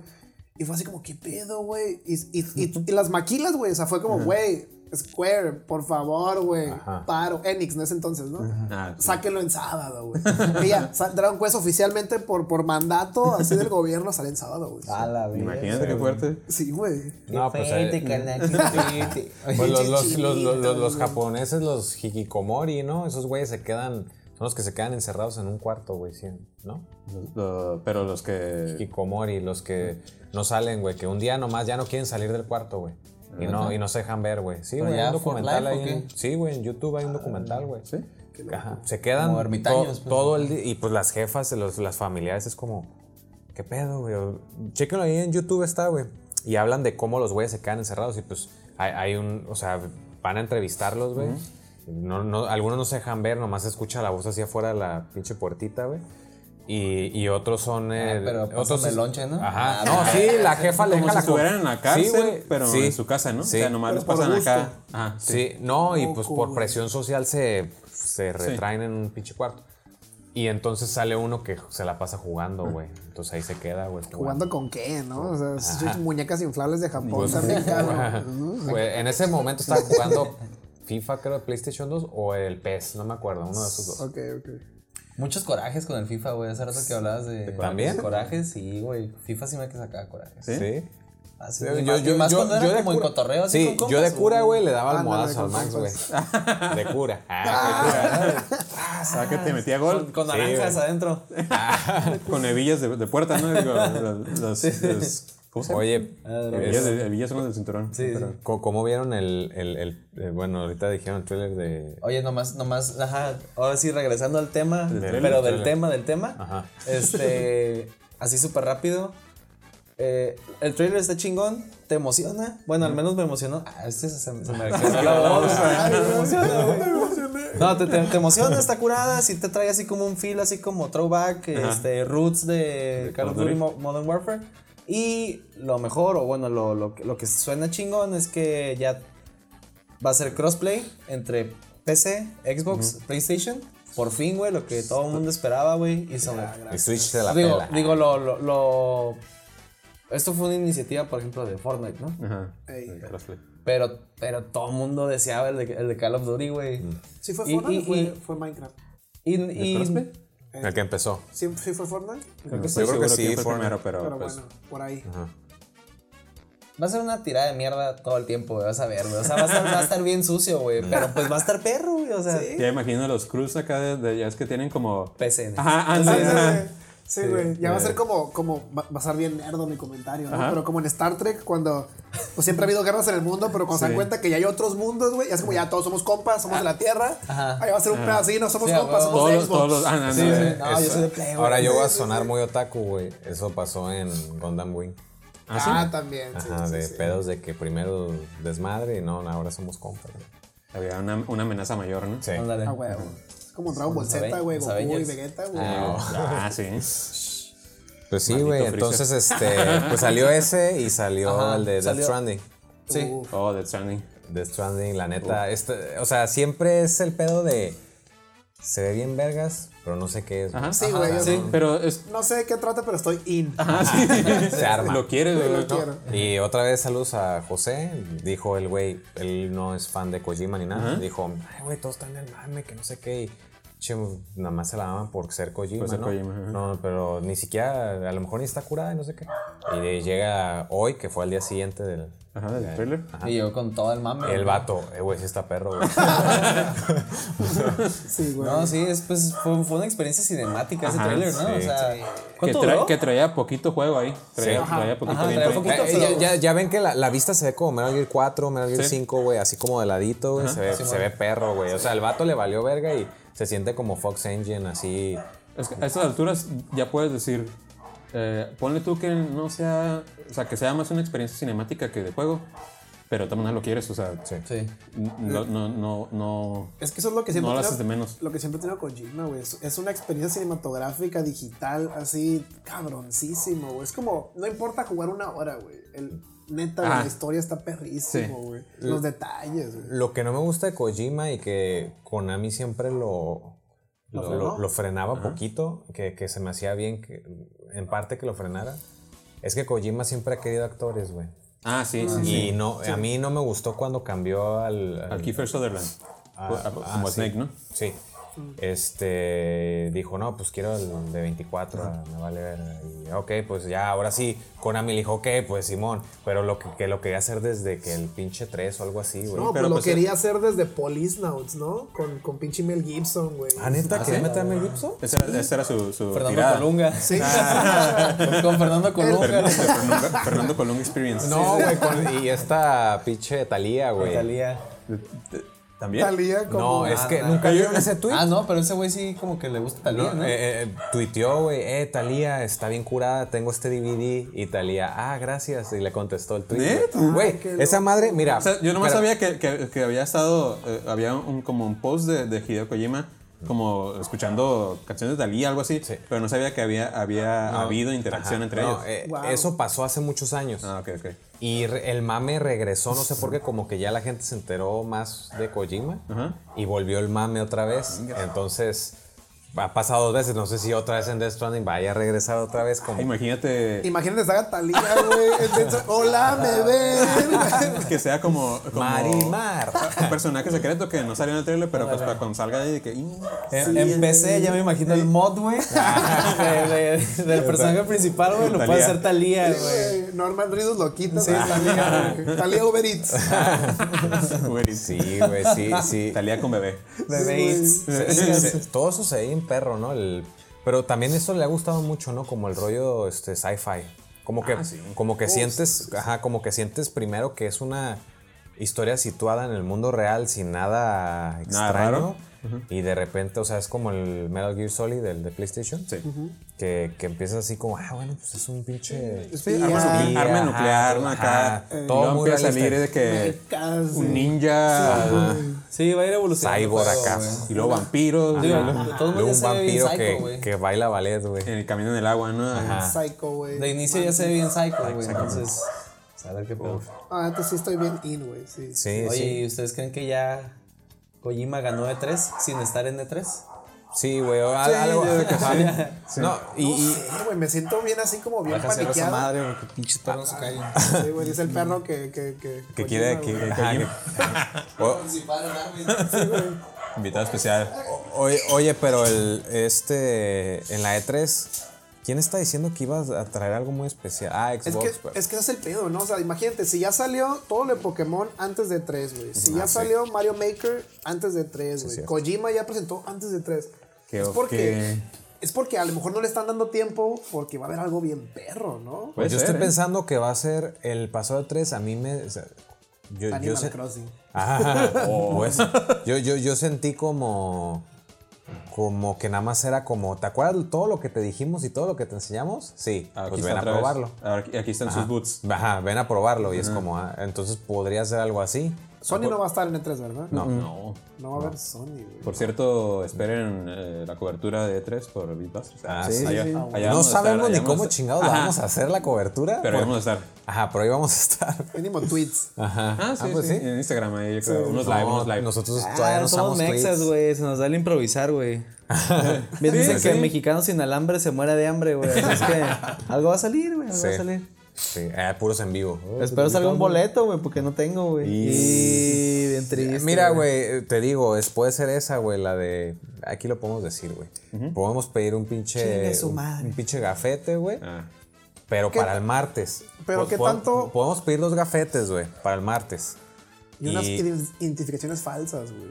Y fue así como, ¿qué pedo, güey? Y, y, y, y las maquilas, güey. O sea, fue como, güey, Square, por favor, güey. Ajá. Paro. Enix, ¿no es entonces, no? Ah, sí. Sáquenlo en sábado, güey. Y ya, sa- Dragon Quest oficialmente por, por mandato así del gobierno sale en sábado, güey. Ah. A Ah, la verga. Imagínate qué fuerte. Sí, güey. No, pues. eh, Pues pues los, los, chichis, los, los, los- los güey. japoneses, los hikikomori, ¿no? Esos güeyes se quedan, son los que se quedan encerrados en un cuarto, güey, sí, ¿no? Lo- pero los que... Hikikomori, los que no salen, güey, que un día nomás ya no quieren salir del cuarto, güey. Y no, y no se dejan ver, güey. Sí, ¿Pero güey, hay ya un for documental life o ahí. en- qué? Ah, sí, güey, en YouTube hay un documental, güey. Sí. Ajá. Se quedan Como ermitaños, to- pues. todo el día. Y pues las jefas, los- las familiares, es como, ¿qué pedo, güey? Chéquenlo ahí en YouTube, está, güey. Y hablan de cómo los güeyes se quedan encerrados. Y pues hay, hay un, o sea, van a entrevistarlos, güey. No, no, algunos no se dejan ver, nomás se escucha la voz así afuera de la pinche puertita, güey. Y, y otros son. Ah, eh, pero otros pásame el lonche, ¿no? Ajá. Ah, no, sí, la jefa le Como deja si la estuvieran en la cárcel, güey, pero sí. en su casa, ¿no? Sí. O sea, nomás Pero los por pasan gusto. acá. Ajá, sí. Sí, no, y pues Loco, por güey. presión social se, se retraen en un pinche cuarto. Y entonces sale uno que se la pasa jugando, güey. Entonces ahí se queda, güey. ¿Jugando con qué, no? O sea, sus muñecas inflables de Japón también, cabrón. Güey, en ese momento estaba jugando FIFA, creo, PlayStation 2 o el PES, no me acuerdo, uno de esos dos. Ok, ok. Muchos corajes con el FIFA, güey. Hace rato que hablabas de. ¿También? de Corajes, sí, güey. FIFA sí me que sacaba corajes. Sí. Ah, sí, Yo- güey. yo- Y yo- más yo- cuando yo era de como en cura- cotorreo, así Sí, con compas, yo de cura, güey, le daba Ah, almohadas no, al no, Max, con güey. De cura. O sea, que te metía gol Con naranjas adentro. con hebillas de, de puerta, ¿no? Digo, las, las- las- ¿Cómo se llama? Oye, Hebillas, de, hebillas son las del cinturón. Pero- ¿cómo, cómo vieron el, el- el- el- Bueno, ahorita dijeron el trailer de. Oye, nomás, nomás, ajá, ahora sí regresando al tema, trailer, pero del trailer. tema, del tema, Ajá. este, así súper rápido, Eh, el trailer está chingón, te emociona, bueno, al menos me emocionó, ah, este se, se me creció la voz, Ay, me emociona, güey. no, te, te, te emociona, está curada, si te trae así como un feel, así como throwback, este, roots de Call of Call of Duty Duty. Mo- Modern Warfare, y lo mejor, o bueno, lo, lo, que- lo que suena chingón es que ya va a ser crossplay entre PC, Xbox, PlayStation. Por fin, güey, lo que todo el mundo esperaba, güey. Y sobre. El Switch se la digo, pela. digo lo, lo, lo- Esto fue una iniciativa, por ejemplo, de Fortnite, ¿no? Ajá. Ey. El crossplay. Pero, pero todo el mundo deseaba el de, el de Call of Duty, güey. ¿Sí fue Y- Fortnite y- o fue, y- fue Minecraft? Y, y- crossplay? El que empezó. ¿Sí, sí fue Fortnite? Creo que que sí, sí, yo creo que seguro que sí, fue fue por- primero, pero, Pero pues, bueno, por ahí. va a ser una tirada de mierda todo el tiempo, güey. Vas a ver, güey. O sea, va a estar, va a estar bien sucio, güey. Pero pues va a estar perro, güey. O sea, ya imagino los Cruz acá, de, de- ya es que tienen como... PC. ¿no? Ajá, Ah, antes, ajá. Sí, güey. Ya va a ser como, como va va a ser bien nerdo mi comentario, ¿no? Pero como en Star Trek, cuando Pues siempre ha habido guerras en el mundo, pero cuando se dan cuenta que ya hay otros mundos, güey, ya es como ya todos somos compas, somos de la Tierra. Ahí va a ser un pedacito, somos a compas, huevo. Todos somos de los, Xbox. todos los. Ah, no, no, Sí, no, sí. eh, No, yo eso. soy de Play, güey. Ahora yo voy a sonar muy otaku, güey. Eso pasó en Gundam Wing. Ah, también. sí, Ajá, sí, de sí. pedos de que primero desmadre y no, ahora somos compas. güey. Había una, una amenaza mayor, ¿no? Sí. Ándale. Ah, huevo. Es como Dragon Ball Z, güey, los Goku y Avengers. Vegeta, güey. Ah, sí. Pues sí, güey. Maldito Entonces, este, pues salió ese y salió Ajá, el de Death salió. Stranding. Sí. Uh. Oh, Death Stranding. Death Stranding, la neta. este- o sea, siempre es el pedo de. Se ve bien vergas, pero no sé qué es. güey. Ajá. Sí, güey. yo Sí, pero es. No sé de qué trata, pero estoy in. Se arma. Lo quieres, güey. Lo ¿no? quiero. Y otra vez saludos a José. Dijo el güey, él no es fan de Kojima ni nada. Dijo, ay, güey, todos están en el mame, que no sé qué. Y, che, nada más se la aman por ser Kojima. Por ser ¿no? Kojima, ajá. no, pero ni siquiera, a lo mejor ni está curada y no sé qué. Y de- llega hoy, que fue al día siguiente del. Ajá, del trailer. Y yo con todo el mame. El vato, eh, güey, sí está perro, güey. Sí, güey. No, sí, es, pues, fue, fue una experiencia cinemática ese Ajá, trailer, ¿no? sí. O sea, Que, ¿cuánto tra- duró? que traía poquito juego ahí. Traía, traía poquito Ajá, bien traía traía. poquito. Eh, ya, ya- ya ven que la, la vista se ve como Metal Gear 4, Metal Gear Sí. 5, güey, así como de ladito, güey. Se, ve, se ve perro, güey. O sea, el vato le valió verga y se siente como Fox Engine, así. Es que a estas alturas ya puedes decir. eh, ponle tú que no sea. O sea, que sea más una experiencia cinemática que de juego. Pero de todas maneras lo quieres, o sea. Sí. No, no, no. no Es que eso es lo que siempre. No lo he haces tenido- de menos. Lo que siempre he tenido con Gina, güey. Es, es una experiencia cinematográfica, digital, así, cabroncísimo, güey. Es como, no importa jugar una hora, güey. El, neta, güey, Ah. la historia está perrísimo, Sí. Eh, güey. Los detalles, güey. Lo que no me gusta de Kojima y que Konami siempre lo. Lo, lo- lo frenaba poquito, que, que se me hacía bien, que, en parte que lo frenara. Es que Kojima siempre ha querido actores, güey. Ah, sí, sí. sí. Y no, a mí no me gustó cuando cambió al- al Al Kiefer Sutherland. Ah, Pues, como ah, a Snake, sí. ¿no? Sí. Este dijo, no, pues quiero el de 24, me vale ver. Y ok, pues ya, ahora sí, Konami le dijo, ok, pues Simón, pero lo que, que lo quería hacer desde que el pinche 3 o algo así, güey. pero No, pero lo pues- quería hacer desde Polisnauts, ¿no? Con, con pinche Mel Gibson, güey. Ah, neta, ¿quería meter a Mel Gibson? Esa era, esa era su, su Fernando tirada. Colunga. Sí. Con- Con Fernando Colunga. Fernando, Fernando- Fernando Colunga Experience. No, güey, con- y esta pinche Talía, güey. Talía. ¿También? Talía como. No, es que nunca vieron ese tweet. Ah, no, pero ese güey sí como que le gusta Talía, ¿no? No, eh, eh, tuiteó, güey, eh, Talía, está bien curada, tengo este DVD. Y Talía, ah, gracias. Y le contestó el tweet. ¿Neta? Güey, esa madre, mira. O sea, yo nomás Ah, pero- sabía que, que- que había estado, eh, había un, como un post de, de Hideo Kojima, como escuchando canciones de Dalí, algo así, pero no sabía que había, había habido interacción Ajá, entre no, ellos. eh, Wow. Eso pasó hace muchos años. Ah, ok, ok. Y re- el mame regresó, no sé por qué, como que ya la gente se enteró más de Kojima. Y volvió el mame otra vez. Entonces, ha pasado dos veces. No sé si otra vez en Death Stranding vaya a regresar otra vez. Como, Ah, Imagínate Imagínate, haga Talía, güey. Entonces, Hola, me ven. que sea como, como Marimar. un personaje secreto que no salió en el trailer, pero pues para cuando salga ahí de que... "Mm, Eh, sí, Empecé, ya me imagino el mod, güey. de- de- del personaje principal, güey. Lo puede Thalía. hacer Talía, güey. Norman Reedus lo quita. Sí, Talía, güey. Talía Uber Eats. güey, sí. Sí, güey, sí, sí. Talía con bebé. Bebé Eats. Se- se- se- todo eso se ve en perro, ¿no? El- pero también eso le ha gustado mucho, ¿no? Como el rollo este, sci-fi. Como que, Ah, como que sientes, ajá, como que sientes primero que es una historia situada en el mundo real sin nada extraño. raro. Y de repente, o sea, es como el Metal Gear Solid del de PlayStation. Sí. Que, que empieza así como, ah, bueno, pues es un pinche. Sí, Arma, ya. nuclear, arma Ajá, nuclear, ¿no? acá. ajá. Eh, todo Todo muy empieza a salir de realista. que Mecas, Eh, un ah. güey. ninja Sí, va a ir evolucionando. Cyborg pero, Ah, acá. güey. Pues, y luego vampiros. Digo, y luego- de todos Luego modos un ya se ve bien vampiro psycho, que, güey. que baila ballet, güey. En el camino del agua, ¿no? Ah. Psycho, güey. De inicio ya se ve bien psycho, güey. Entonces, a ver qué pedo. Ah, entonces sí estoy bien in, güey. Sí. Sí, Oye, sí. ¿y ¿ustedes creen que ya Kojima ganó E3 sin estar en E E3? Sí, güey, o al- algo. ajá. No, y, y- Sí, güey, me siento bien así como bien Baja cero esa paniqueado. madre, güey, que pinches perros se caen. Sí, güey, dice el perro que... Que, que, que quiere que. ajá, que- o- Oh, Invitado especial. o- oye, oye, pero el este en la E3, ¿quién está diciendo que ibas a traer algo muy especial? Ah, Es Xbox. que, pero- es que ese es el pedo, ¿no? O sea, imagínate, si ya salió todo lo de Pokémon antes de 3, güey. Si ya salió Mario Maker antes de 3, güey. Ah, cierto. Kojima ya presentó antes de 3. Qué es o- porque qué- es porque a lo mejor no le están dando tiempo porque va a haber algo bien perro, ¿no? Pues Puede yo ser, estoy ¿eh? pensando que va a ser el paso de tres. A mí me. o sea, yo, yo Animal sé- Crossing. Ah, pues, yo, yo, yo sentí como. Como que nada más era como. ¿Te acuerdas todo lo que te dijimos y todo lo que te enseñamos? Sí. Ah, pues está ven a otra vez. probarlo. Ah, Aquí, aquí están sus boots. Ajá, ven a probarlo. Y es como. ah, entonces podría ser algo así. Sony no va a estar en E3, ¿verdad? No. No. No va a haber Sony, güey. Por cierto, esperen eh, la cobertura de E3 por Beatbusters. Ah, sí, allá- sí. allá No no vamos a estar, sabemos allá ni vamos a cómo estar. chingados la Ajá, vamos a hacer la cobertura. Pero ahí porque- vamos a estar. Ajá, pero ahí vamos a estar. Mínimo tweets. Ajá. Ah, sí, pues sí, sí. En Instagram ahí, yo creo. Unos No, live, unos live. Nosotros Ah, todavía no somos usamos mexas, tweets. güey. Se nos da el improvisar, güey. Bien Sí, dicen que sí. el mexicano sin alambre se muera de hambre, güey. Así es que algo va a salir, güey. Algo va a Sí. salir. Pues, Sí, eh, puros en vivo. Espero salga un boleto, güey, porque no tengo, güey. Y- Y bien triste. Mira, güey, te digo, es, puede ser esa, güey, la de. Aquí lo podemos decir, güey. Podemos pedir un pinche. Chingue su un- madre. Un, pinche gafete, güey. Ah. Pero para el martes. pero Po- qué po- tanto- Podemos pedir los gafetes, güey, para el martes. Y unas Y- ident- identificaciones falsas, güey.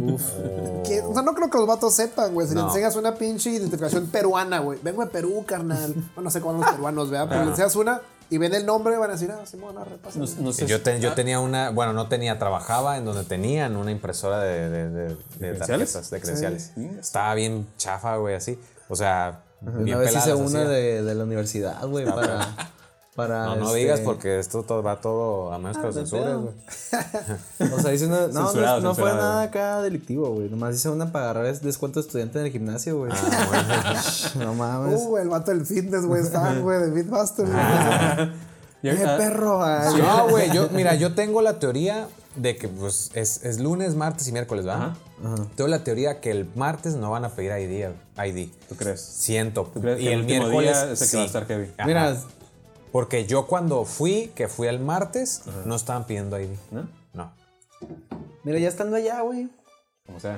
Oh. Que- O sea, no creo que los vatos sepan, güey. Si le enseñas una pinche identificación peruana, güey. Vengo de Perú, carnal. Bueno, no sé cómo van los peruanos, ¿verdad? Pero le enseñas una y ven el nombre van a decir, ah, sí, me van a repasar. No, no sé Yo, si- te- yo tenía una, bueno, no tenía, trabajaba en donde tenían una impresora de, de- de- de credenciales? tarjetas, de credenciales. Estaba bien chafa, güey, así. O sea, bien Una vez hice peladas, una así. de, de la universidad, güey, para. para No, no este, digas porque esto todo, va todo a Ah, menos que lo me censures, pedo. güey. O sea, hice una. No, Censurado, no, no fue censurado. nada acá delictivo, güey. Nomás hice una para agarrar es- descuento de estudiante en el gimnasio, güey. Ah, no mames. Uh, el vato del fitness, güey, está, güey, de Beatbuster, güey. Yo- ¡Qué ah, perro! ay. No, güey, yo, mira, yo tengo la teoría de que pues es, es lunes, martes y miércoles, ¿verdad? Tengo la teoría que el martes no van a pedir ID. ID. ¿Tú crees? Siento. crees Y que el el, último miércoles. día es el que va a estar heavy? Ajá. Mira, Porque yo cuando fui, que fui el martes, no estaban pidiendo ID. ¿No? No. mira, ya estando allá, güey. Como sea.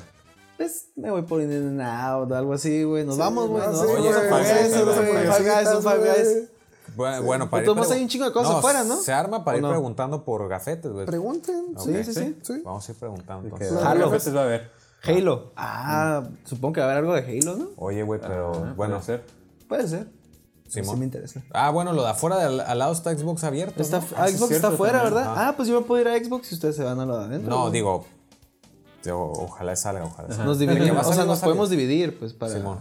Pues me voy por in out o algo así, güey. Nos vamos, güey. no, nos sí, vamos. güey, Unos hamburguesas, unas güey, hamburguesitas, Five guys, un five guys. güey. Bueno, bueno, para ir Entonces, pregun- hay un chingo de cosas afuera, ¿no? Se arma para ¿O ir no? preguntando por gafetes, güey. Pregunten. Ok. Sí, sí, sí. Vamos a ir preguntando. Que entonces. Jalo. a veces Este va a haber. Halo. Ah, supongo que va a haber algo de Halo, ¿no? Oye, güey, pero bueno. Bueno, ser. Puede Ah, ser. Pues Simón. Sí me interesa. Ah, bueno, lo de afuera del- al lado está Xbox abierto. Está, ¿no? ah, Xbox está cierto, afuera, también. ¿verdad? Ah, pues yo me puedo ir a Xbox y ustedes se van a lo de adentro. No, güey. digo, digo, ojalá salga, ojalá salga. Nos De que va a dividimos. O sea, salir, va a nos salir. podemos dividir, pues, para. Simón.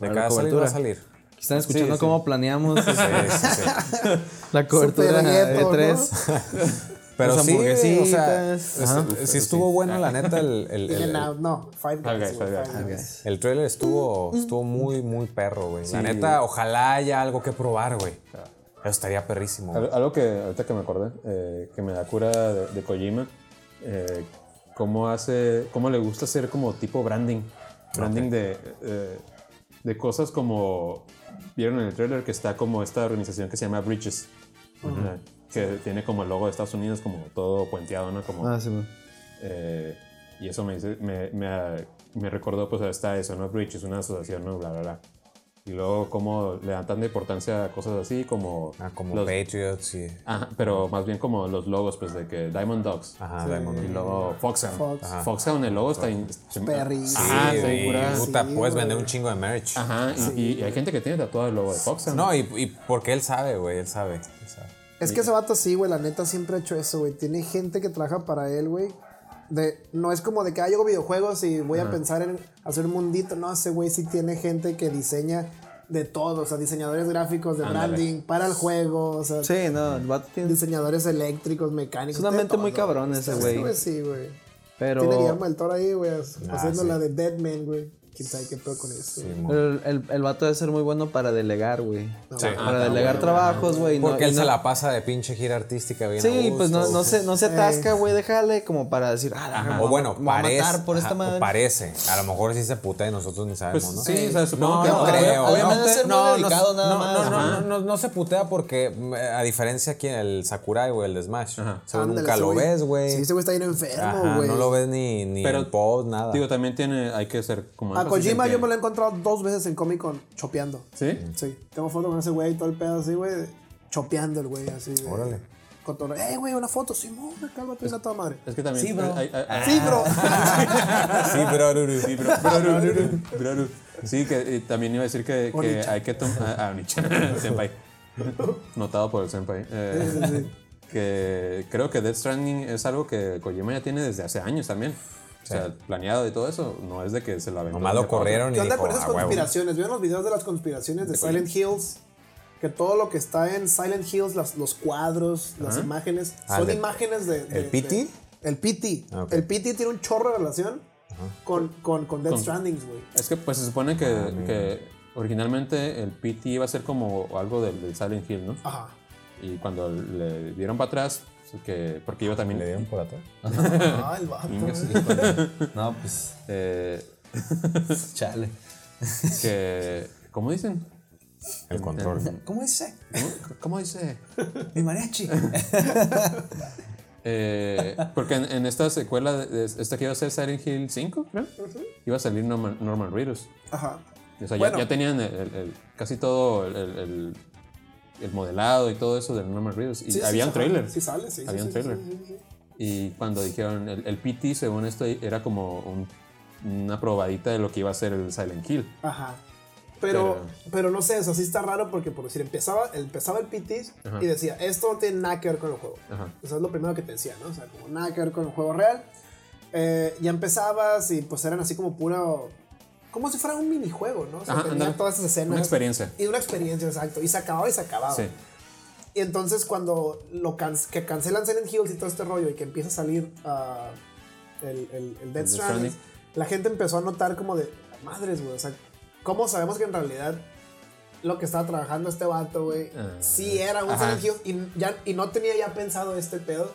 De Para cada la salir va a cobertura. salir. Este, Aquí Están escuchando Sí, sí. cómo planeamos Sí, sí, sí. la cobertura Super de E gueto, E3. Pero Las sí, sí, o sea, hamburguesitas. es- sí estuvo bueno, la neta, el, el, In and el- out, no, Five Five Guys. Guys, güey, Five Guys. Five Guys. el trailer estuvo, estuvo muy, muy perro, güey. La neta, ojalá haya algo que probar, güey. Eso estaría perrísimo. güey. Al- Algo que ahorita que me acordé, eh, que me da cura de, de Kojima, eh, cómo hace, cómo le gusta hacer como tipo branding. Branding de, eh, de cosas como vieron en el trailer que está como esta organización que se llama Bridges. Ajá, Que tiene como el logo de Estados Unidos como todo puenteado, ¿no? Como Ah, sí, güey. Eh, y eso me, dice- me, me, me recordó, pues, hasta eso, ¿no? Bridge es una asociación, ¿no? Bla, bla, bla. Y luego, cómo le dan tanta importancia a cosas así como. Ah, como los- Patriots y... Ajá, pero más bien como los logos, pues, de que Diamond Dogs. Ajá, Diamond Y Dogs. luego Foxhound. Fox. Ajá. Foxhound, el logo está. in- Perris. Ah, Ajá, Sí, está güey, curado. puta, Sí, puedes güey. vender un chingo de merch. Ajá, y, y- y hay gente que tiene tatuado el logo de Foxhound. No, y, y porque él sabe, güey, él sabe. él sabe. Es que ese vato sí, güey, la neta siempre ha hecho eso, güey. Tiene gente que trabaja para él, güey. De, no es como de que ah, yo hago videojuegos y voy a pensar en hacer un mundito. No, ese güey sí tiene gente que diseña de todo. O sea, diseñadores gráficos, de Ándale. branding, para el juego. O sea, Sí, no, el vato tiene. diseñadores eléctricos, mecánicos. Es una de mente muy todo, cabrón ese Sí, güey. Sí, güey. Pero. Tiene Guillermo del Toro ahí, güey, haciendo Ah, sí. la de Deadman, güey. Quién sabe qué peor con eso. Sí, güey. mo- El, el, el vato debe ser muy bueno para delegar, güey. Sí. Ah, para delegar trabajos, güey. no- Porque y él se no- la pasa de pinche gira artística bien a Sí, gusto, pues no, no, güey. se, no se atasca, güey. Déjale como para decir, ah, la- me voy O a- bueno, me voy a parece. matar por esta ajá, o madre. parece. A lo mejor sí se puta y nosotros ni sabemos, Pues ¿no? sí, o sea, supongo No, que no no, creo. además no, de te- ser muy no, no, dedicado nada no, más. no, no, no, no se putea porque, mm, a diferencia aquí, el Sakurai, güey, el de Smash, seguro Ándale, nunca ese lo ves, güey. Sí, ese güey está bien Ajá, enfermo, güey. no lo ves ni, ni Pero- en post, nada. Digo, también tiene. Hay que ser como. A énfasis en Kojima que- yo me lo he encontrado dos veces en Comic Con chopeando. ¿Sí? Mm. Sí, tengo foto con ese güey, todo el pedo así, güey, chopeando el güey, así. güey. Órale. cotorreo. ¡Eh, güey, una foto! Simón, cálmate, una toda madre. Es que también. Sí, bro. hay- hay- hay- Sí, bro. Ah, Sí, bro, Ruru. Sí, bro, bro, Ruru, bro, Ruru. Sí, que eh, también iba a decir que, que Oni-chan. hay que tomar. Ah, Oni-chan, senpai. Notado por el senpai. Eh, Que creo que Death Stranding es algo que Kojima ya tiene desde hace años también. O sea, planeado y todo eso. No es de que se la aventó. Nomás lo corrieron y ¿Qué onda dijo, con esas "Ah, huevo". conspiraciones? ¿Vieron los videos de las conspiraciones de Silent Hills? Que todo lo que está en Silent Hills, las- los cuadros, las imágenes, Ah, son el- imágenes de... de- ¿el PT? de- El PT. Ah, ok. El PT tiene un chorro de relación con, con, con Death Strandings, güey. Es que pues se supone que, Ah, que originalmente el PT iba a ser como algo del, del Silent Hill, ¿no? Ajá. Y cuando le dieron para atrás, que, porque iba también. ¿Le dieron por atrás? Ah, el vato. No, pues, eh, chale. que. ¿Cómo dicen? El control. ¿Cómo dice? ¿Cómo- ¿Cómo dice? Mi mariachi. Eh, porque en, en esta secuela, de- de- esta que iba a ser Silent Hill 5, creo, iba a salir Norman, Norman Reedus. Ajá. O sea, ya- Bueno. ya, tenían el- el- el- casi todo el, el- el- el modelado y todo eso de Norman Reedus. Y Sí, sí, había un ajá. trailer. Sí sale, sí, sí, Había sí, un sí, trailer. sí, sí, sí. Y cuando dijeron el, el PT, según esto, era como un- una probadita de lo que iba a ser el Silent Hill. Ajá. Pero, pero, no sé, eso sí está raro porque, por decir, empezaba, empezaba el PT y decía, esto no tiene nada que ver con el juego. Ajá. Eso es lo primero que te decía, ¿no? O sea, como nada que ver con el juego real. Eh, ya empezabas y pues eran así como puro... Como si fuera un minijuego, ¿no? O sea, Ajá, tenía ándale. todas esas escenas. Una experiencia. Y una experiencia, exacto. Y se acababa y se acababa. Sí. Y entonces cuando lo can- que cancelan Silent Hills y todo este rollo y que empieza a salir ah, el, el, el Death Death Stranding, Stranding. la gente empezó a notar como de, madres, güey, o sea, ¿cómo sabemos que en realidad lo que estaba trabajando este vato, güey, Ah, sí era un ajá. Silent Hills y, ya, y no tenía ya pensado este pedo?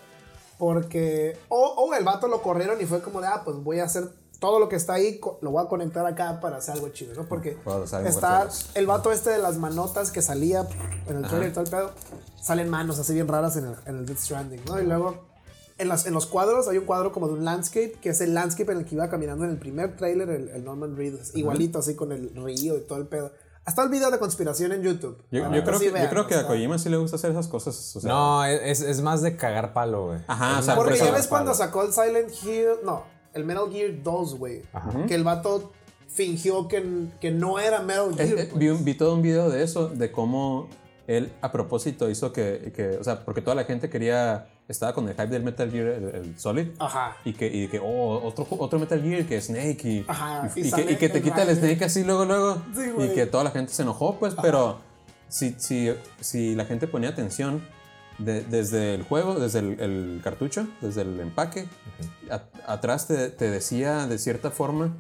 Porque, o, o el vato lo corrieron y fue como de, ah, pues voy a hacer todo lo que está ahí, co- lo voy a conectar acá para hacer algo chido, ¿no? Porque Para los Silent está Warriors. el vato este de las manotas que salía en el trailer y todo el pedo, salen manos así bien raras en el, en el Death Stranding, ¿no? Y luego, en, las, en los cuadros, hay un cuadro como de un landscape, que es el landscape en el que iba caminando en el primer trailer el, el Norman Reedus, igualito así con el río y todo el pedo. Hasta el video de conspiración en YouTube. Yo, La yo neta, creo sí, que, yo vean, creo que o a sea, Kojima sí le gusta hacer esas cosas. o sea, No, es, es más de cagar palo, güey. Ajá, o sea, por Porque eso- ya ves cuando sacó el Silent Hill, no, el Metal Gear 2, güey, que el vato fingió que, que no era Metal Eh, Gear. eh, pues. vi, un- vi todo un video de eso, de cómo él a propósito hizo que, que- o sea, porque toda la gente quería, estaba con el hype del Metal Gear, el, el Solid. Ajá. Y que, y que, oh, otro, ju- otro Metal Gear que Snake y, Ajá, y, y y que, sale y que te el quita el Raiden. Snake así luego, luego. Sí, y güey. que toda la gente se enojó, pues, pero si, si, si la gente ponía atención de- desde el juego, desde el, el cartucho, desde el empaque, a- atrás te, te decía de cierta forma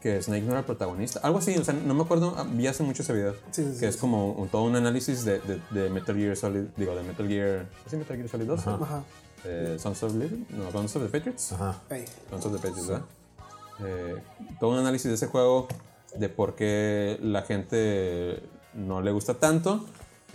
que Snake no era el protagonista. Algo así, o sea, no me acuerdo, ah, vi hace mucho ese video. Sí, sí, que sí, es como un- todo un análisis de, de- de Metal Gear Solid, digo, de Metal Gear... ¿Es Metal Gear Solid 2? Ajá. Eh, Sons of Liberty, no, Sons of the Patriots. Ajá. Ey. Sons of the Patriots, ¿verdad? Eh, todo un análisis de ese juego, de por qué la gente no le gusta tanto,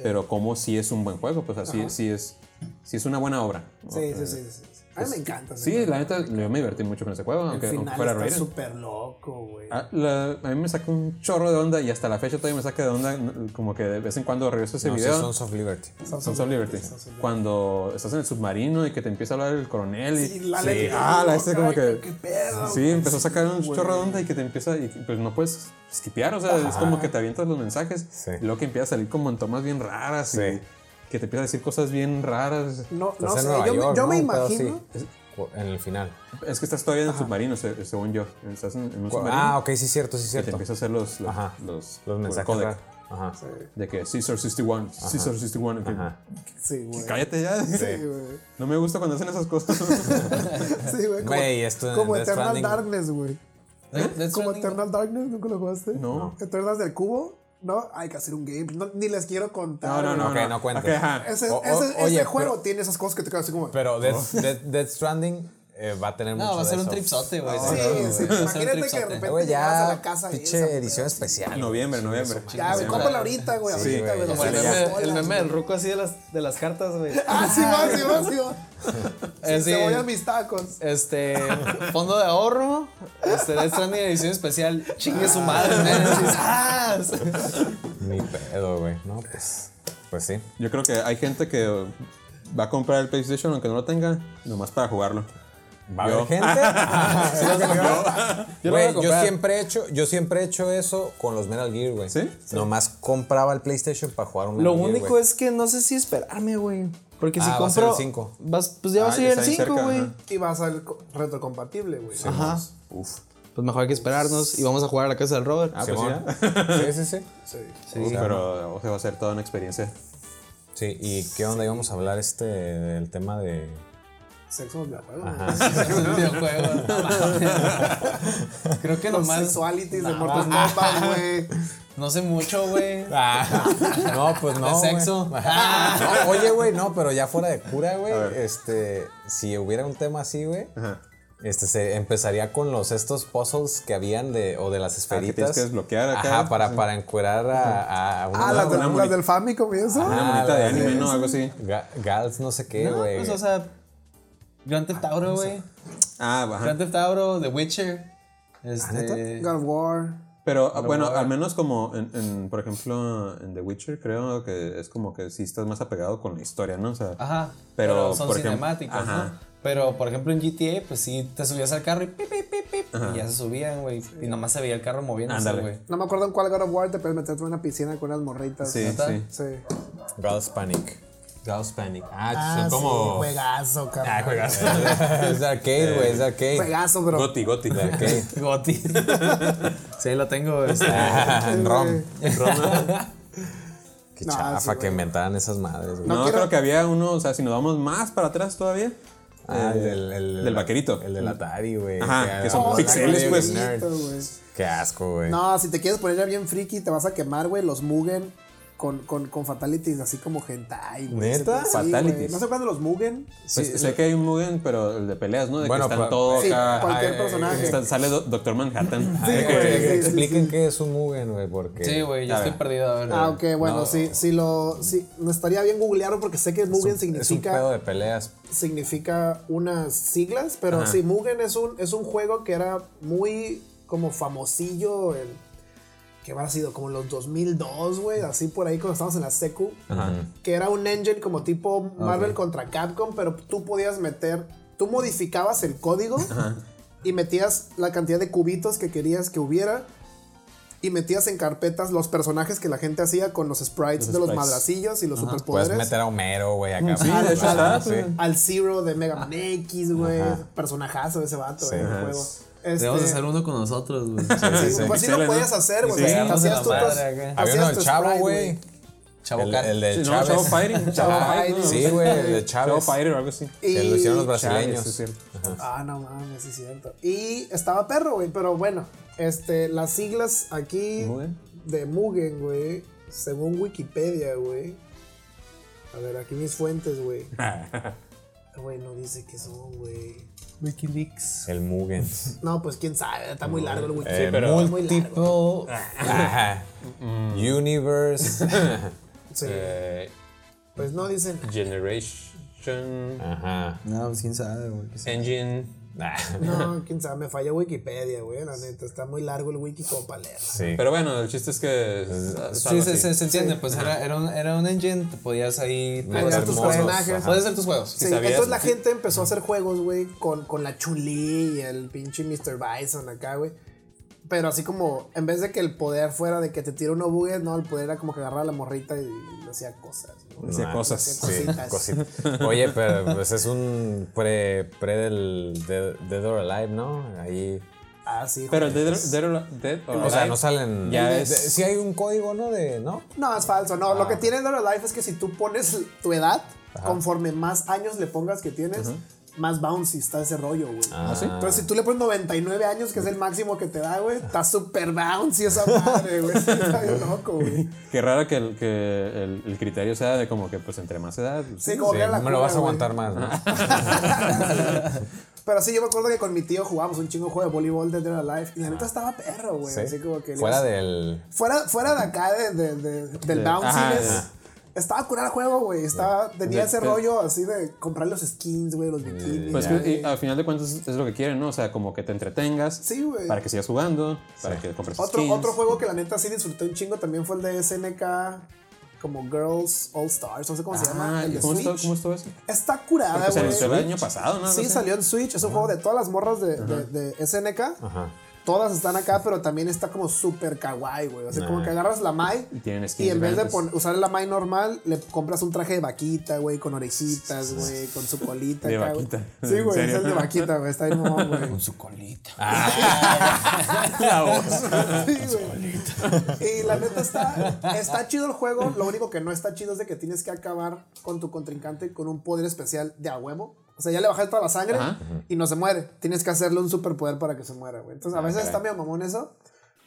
pero cómo sí es un buen juego, pues así sí es, sí es una buena obra. ¿no? Sí, Eh, sí, sí, sí, sí. A mí me encanta. Sí, el la neta, yo me divertí mucho con ese juego, aunque, aunque final fuera está Raiden. súper loco, güey. Ah, la- a mí me sacó un chorro de onda y hasta la fecha todavía me saca de onda, n- como que de vez en cuando regreso a ese No, sí, video. Sons of Liberty. Sons of Liberty. Sons of Liberty. Cuando estás en el submarino y que te empieza a hablar el coronel y... Sí, la Sí. letra. Ah, la este como Ay, que... qué pedo, Sí, güey. empezó a sacar un Ah, Sí, güey. chorro de onda y que te empieza... Y pues no puedes skipear, o sea, es como que te avientas los mensajes. Sí. Y luego que empieza a salir como en tomas bien raras y Sí. que te empieza a decir cosas bien raras. No, no Estás en sé, Nueva yo, me- York, yo ¿no? me Un pedo imagino. así. En el final. Es que estás todavía en el submarino, se- según yo. Estás en, en un submarino Ah, ok, sí, cierto, sí, y te cierto. empieza a hacer los... Los, Ajá. los, Los mensajes. codec raros. Ajá. De que Caesar 61, Caesar 61. que- Ajá. Sí, güey. Cállate ya. Sí, güey. No me gusta cuando hacen esas cosas. Sí, güey. como- Güey, esto en Como Death Eternal Stranding- Darkness, güey. ¿Eh? Death Como Stranding- Eternal Darkness, ¿nunca lo jugaste? No. Eternal del cubo, ¿no? Hay que hacer un game. No, ni les quiero contar. No, no, no. Ok, no cuentes. Ok, ajá. Ese, O- o- ese- ese oye, juego pero- tiene esas cosas que te quedas así como. Pero Death, Oh. Death- Death Stranding eh, va a tener mucho No, va a de ser un eso. Ah, tripsote, güey. sí, sí. Va a ser un Imagínate que de tripsote. repente Eh, güey, llegas a ya, la casa y pinche esa- edición especial. Noviembre, noviembre. Ya, güey, cómprala ahorita, güey. Sí, ahorita, güey. güey, dos Como el horas, meme, dos el horas, meme del ruco así de las, de las cartas, güey. Ah, sí, va, sí, va, sí, va. Eh, sí. Se voy a mis tacos. Este, fondo de ahorro, este, Death Stranding edición especial, chingue su madre, Nemesis. ¡Ah! Ni pedo, güey. No, pues. Pues sí. Yo creo que hay gente que va a comprar el PlayStation aunque no lo tenga, nomás para jugarlo. ¿Va a Yo. haber gente? Ah, sí, lo que creo. Yo lo voy Güey, a yo, comprar. siempre he hecho, yo siempre he hecho eso con los Metal Gear, güey. ¿Sí? Nomás compraba el PlayStation para jugar un Metal Lo Gear, único güey. es que no sé si esperarme, güey. Porque si Ah, va a ser compro. el cinco. vas- pues ya va a Ah, salir el está ahí 5, cerca, güey. ajá. Y va a ser co- retrocompatible, güey. Ajá. Uf. Pues mejor hay que esperarnos y vamos a jugar a la casa del Robert. Ah, Simón. Sí, sí, sí. Sí. Uf, pero o sea, va a ser toda una experiencia. Sí, ¿y qué onda íbamos a hablar este del tema de Sexo en videojuegos. pues, Creo que Los nomás. sexualities de Mortal Kombat, güey. No sé mucho, güey. Ah, no, pues no. De güey. sexo. Ah. No, oye, güey, no, pero ya fuera de cura, güey. Este, si hubiera un tema así, güey. Este se empezaría con los estos puzzles que habían de o de las esferitas. tienes Ah, que desbloquear acá. Ajá, para, para encuerar a, a una Ah, las una- del, las del Famicom y eso. Una Ah, monita de la- anime, ¿no? Algo así. Ga- Gals, no sé qué, No, güey. pues, o sea. Grand Theft Auto, güey. Ah, baja. Grand Theft Auto, The Witcher. ¿Ah, Este. God of War. Pero ah, bueno, al menos como en, en, por ejemplo, en The Witcher, creo que es como que sí estás más apegado con la historia, ¿no? O sea, Ajá. Pero, Pero, son por ejemplo- cinemáticas, ajá. ¿no? Pero, por ejemplo, en GTA, pues sí, te subías al carro y pip, pip, pip, pip, y ya se subían, güey. Y nomás se veía el carro moviéndose, Ándale. güey. No me acuerdo en cuál God of War te puedes meterte en una piscina con unas morritas. sí, ¿neta? sí. Sí. Gals Panic. Gals Panic. Ah, son sí, como. Ah, juegazo, cabrón. juegas. es de arcade, Eh, güey, es de arcade. Juegazo, bro. Goti, goti. De arcade. Goti. sí, lo tengo. este. Ah, en ROM. Qué No, chafa sí, güey. que inventaban esas madres, güey. No, quiero- creo que había uno, o sea, si nos vamos más para atrás todavía. Ah, eh, el del, el- del vaquerito. El del Atari, güey. Ajá, que son ah, pixeles, güey, pues. nerd. Bonito, güey. Qué asco, güey. No, si te quieres poner ya bien friki, te vas a quemar, güey, los Mugen con, con, con fatalities así como hentai, güey. ¿Neta? Sí, Fatalities. güey. ¿No se acuerdan de los Mugen? Pues, sé que hay un Mugen, pero el de peleas, ¿no? De Bueno, que están pa- todo Sí, acá. cualquier ay, personaje. Está- sale Do- Doctor Manhattan. Ay, Sí, que- güey, que- que sí, sí, expliquen qué es un Mugen, güey, porque. Sí, güey, yo A estoy ver. perdido. A ver. Ah, ok, bueno, sí, sí lo. Sí, no estaría bien googlearlo porque sé que Mugen Es un significa, pedo de peleas. significa unas siglas, pero sí, Mugen es un, es un juego que era muy como famosillo en. que habrá sido como en los 2002, güey, así por ahí cuando estábamos en la secu. Que era un engine como tipo Marvel contra Capcom, pero tú podías meter. Tú modificabas el código y metías la cantidad de cubitos que querías que hubiera y metías en carpetas los personajes que la gente hacía con los sprites Los de los sprites. madracillos y los Puedes superpoderes. meter a Homero, güey, acá. Sí, de hecho Ah, está. sí. Al Zero de Mega Man X, güey. Personajazo ese vato, güey, en el juego. Este, Debemos hacer uno con nosotros, güey. sí, pues sí lo Pixeles, ¿no? podías hacer, güey. Sí. hacías Pegamos a la tus- madre acá. Había hacías uno del tu Chavo, sprite, güey. Chavo El, Cat. el del No, Chávez. Chavo Fighting. Chavo Chavo Ah, Fighting. Sí, güey, el de Chávez. Chavo Fighter o algo así. Que lo hicieron los Y- brasileños. Chávez, es cierto. Ah, no mames, sí es cierto. Y estaba perro, güey, pero bueno, este, las siglas aquí Mugen. de Mugen, güey, según Wikipedia, güey. A ver, aquí mis fuentes, güey. Güey, no dice que son, güey. Wikileaks. El Mugen. No, pues quién sabe, está muy largo el Wikipedia. Eh, está muy largo. Multiple. Ah. Ajá. Mm. Universe. Sí, Eh, pues no dicen. Generation Ajá. Ah, No, pues quién sabe, güey. qué sé. Engine. Nah. No, quién sabe, me falla Wikipedia, güey, la neta, está muy largo el wiki como para leerlo. Sí. Pero bueno, el chiste es que. es- es Sí, algo se, así. se- se entiende, pues era, era, un, era un engine, te podías ahí. Podías hacer tus hermosos, personajes. ajá. Puedes hacer tus juegos. Sí, sabías, entonces la sí. gente empezó a hacer juegos, güey, con, con la Chun-Li y el pinche Mr. Bison acá, güey. Pero así como, en vez de que el poder fuera de que te tira uno bugue, no, el poder era como que agarraba a la morrita y le hacía cosas. ¿no? Hacía cosas. hacía Sí, cositas. cositas. Oye, pero pues es un pre, pre del de- Dead or Alive, ¿no? Ahí. Ah, sí. Pero el güey. Dead or- Dead or- Dead or O sea, Alive- no salen. Ya de- es- de- sí hay un código, ¿no? De, ¿no? No, es falso. No, Ah. lo que tiene Dead or Alive es que si tú pones tu edad, conforme más años le pongas que tienes, más bouncy está ese rollo, güey. Ah, ¿sí? Entonces, si tú le pones 99 años, que es el máximo que te da, güey, está súper bouncy esa madre, güey. Está bien loco, güey. Qué raro que, el, que el, el criterio sea de como que, pues, entre más edad. pues, Sí, como Sí, que era la no me lo cura, vas a güey. aguantar más, ¿no? Pero sí, yo me acuerdo que con mi tío jugábamos un chingo de juego de voleibol de Dead or Alive. Y la neta estaba perro, güey. Sí. Así como que. le Fuera ibas- del. fuera, fuera de acá, de, de- de- del ajá, bounciness. ajá. Estaba curado el juego, güey. Estaba, tenía De- ese de- rollo así de comprar los skins, güey, los bikinis. Pues güey. que, y al final de cuentas es es lo que quieren, ¿no? O sea, como que te entretengas. Sí, güey. Para que sigas jugando, para que compres otro, skins. otro juego que la neta sí disfruté un chingo también fue el de SNK. como Girls All Stars, no sé cómo se llama. Ah, el de ¿cómo, estuvo, Switch. ¿Cómo estuvo eso? Está curada, Porque güey. salió el año pasado, ¿no? Sí, No sé. salió en Switch. Es un juego de todas las morras de, de- de SNK. Ajá. Todas están acá, pero también está como súper kawaii, güey. O sea, como que agarras la Mai Y tienen y skins en vez de diferentes. pon- usar la Mai normal, le compras un traje de vaquita, güey, con orejitas, güey, con su colita. De acá, güey. vaquita. Sí, ¿En güey, es serio? el de vaquita, güey. Está bien, mamón, güey. Con su colita. Ah. La voz. Sí, güey. Y la neta está, está chido el juego. Lo único que no está chido es de que tienes que acabar con tu contrincante con un poder especial de a huevo. O sea, ya le bajaste toda la sangre Ajá. y no se muere. Tienes que hacerle un superpoder para que se muera, güey. Entonces, a Ah, veces está medio mamón eso.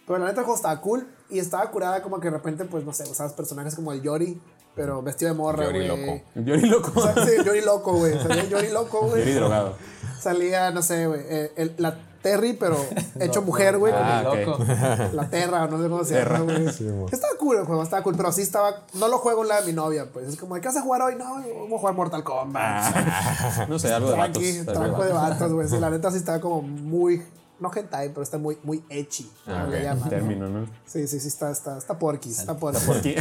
Pero la neta, el juego estaba cool y estaba curada como que de repente, pues no sé, usabas personajes como el Yori, pero vestido de morra, Yori güey. loco. Yori loco. O sea, sí, Yori loco, güey. Salía el Yori loco, güey. Yori drogado. Salía, no sé, güey. eh, el- la Terry, pero hecho mujer, güey. Ah, Loco. La Terra, no sé cómo se llama, güey. estaba cool el juego, estaba cool, pero sí estaba. No lo juego en la de mi novia, pues. Es como, ¿qué vas a jugar hoy? No, vamos a jugar Mortal Kombat. No sé, Ah, algo de vatos. Tranqui, algo de tranco de vatos, güey. Sí, la neta sí estaba como muy. No hentai, pero está muy, muy ecchi. Ah, le ok, llaman, ¿no? Término, ¿no? Sí, sí, sí, está, está, está porquis, está porquis. Aquí.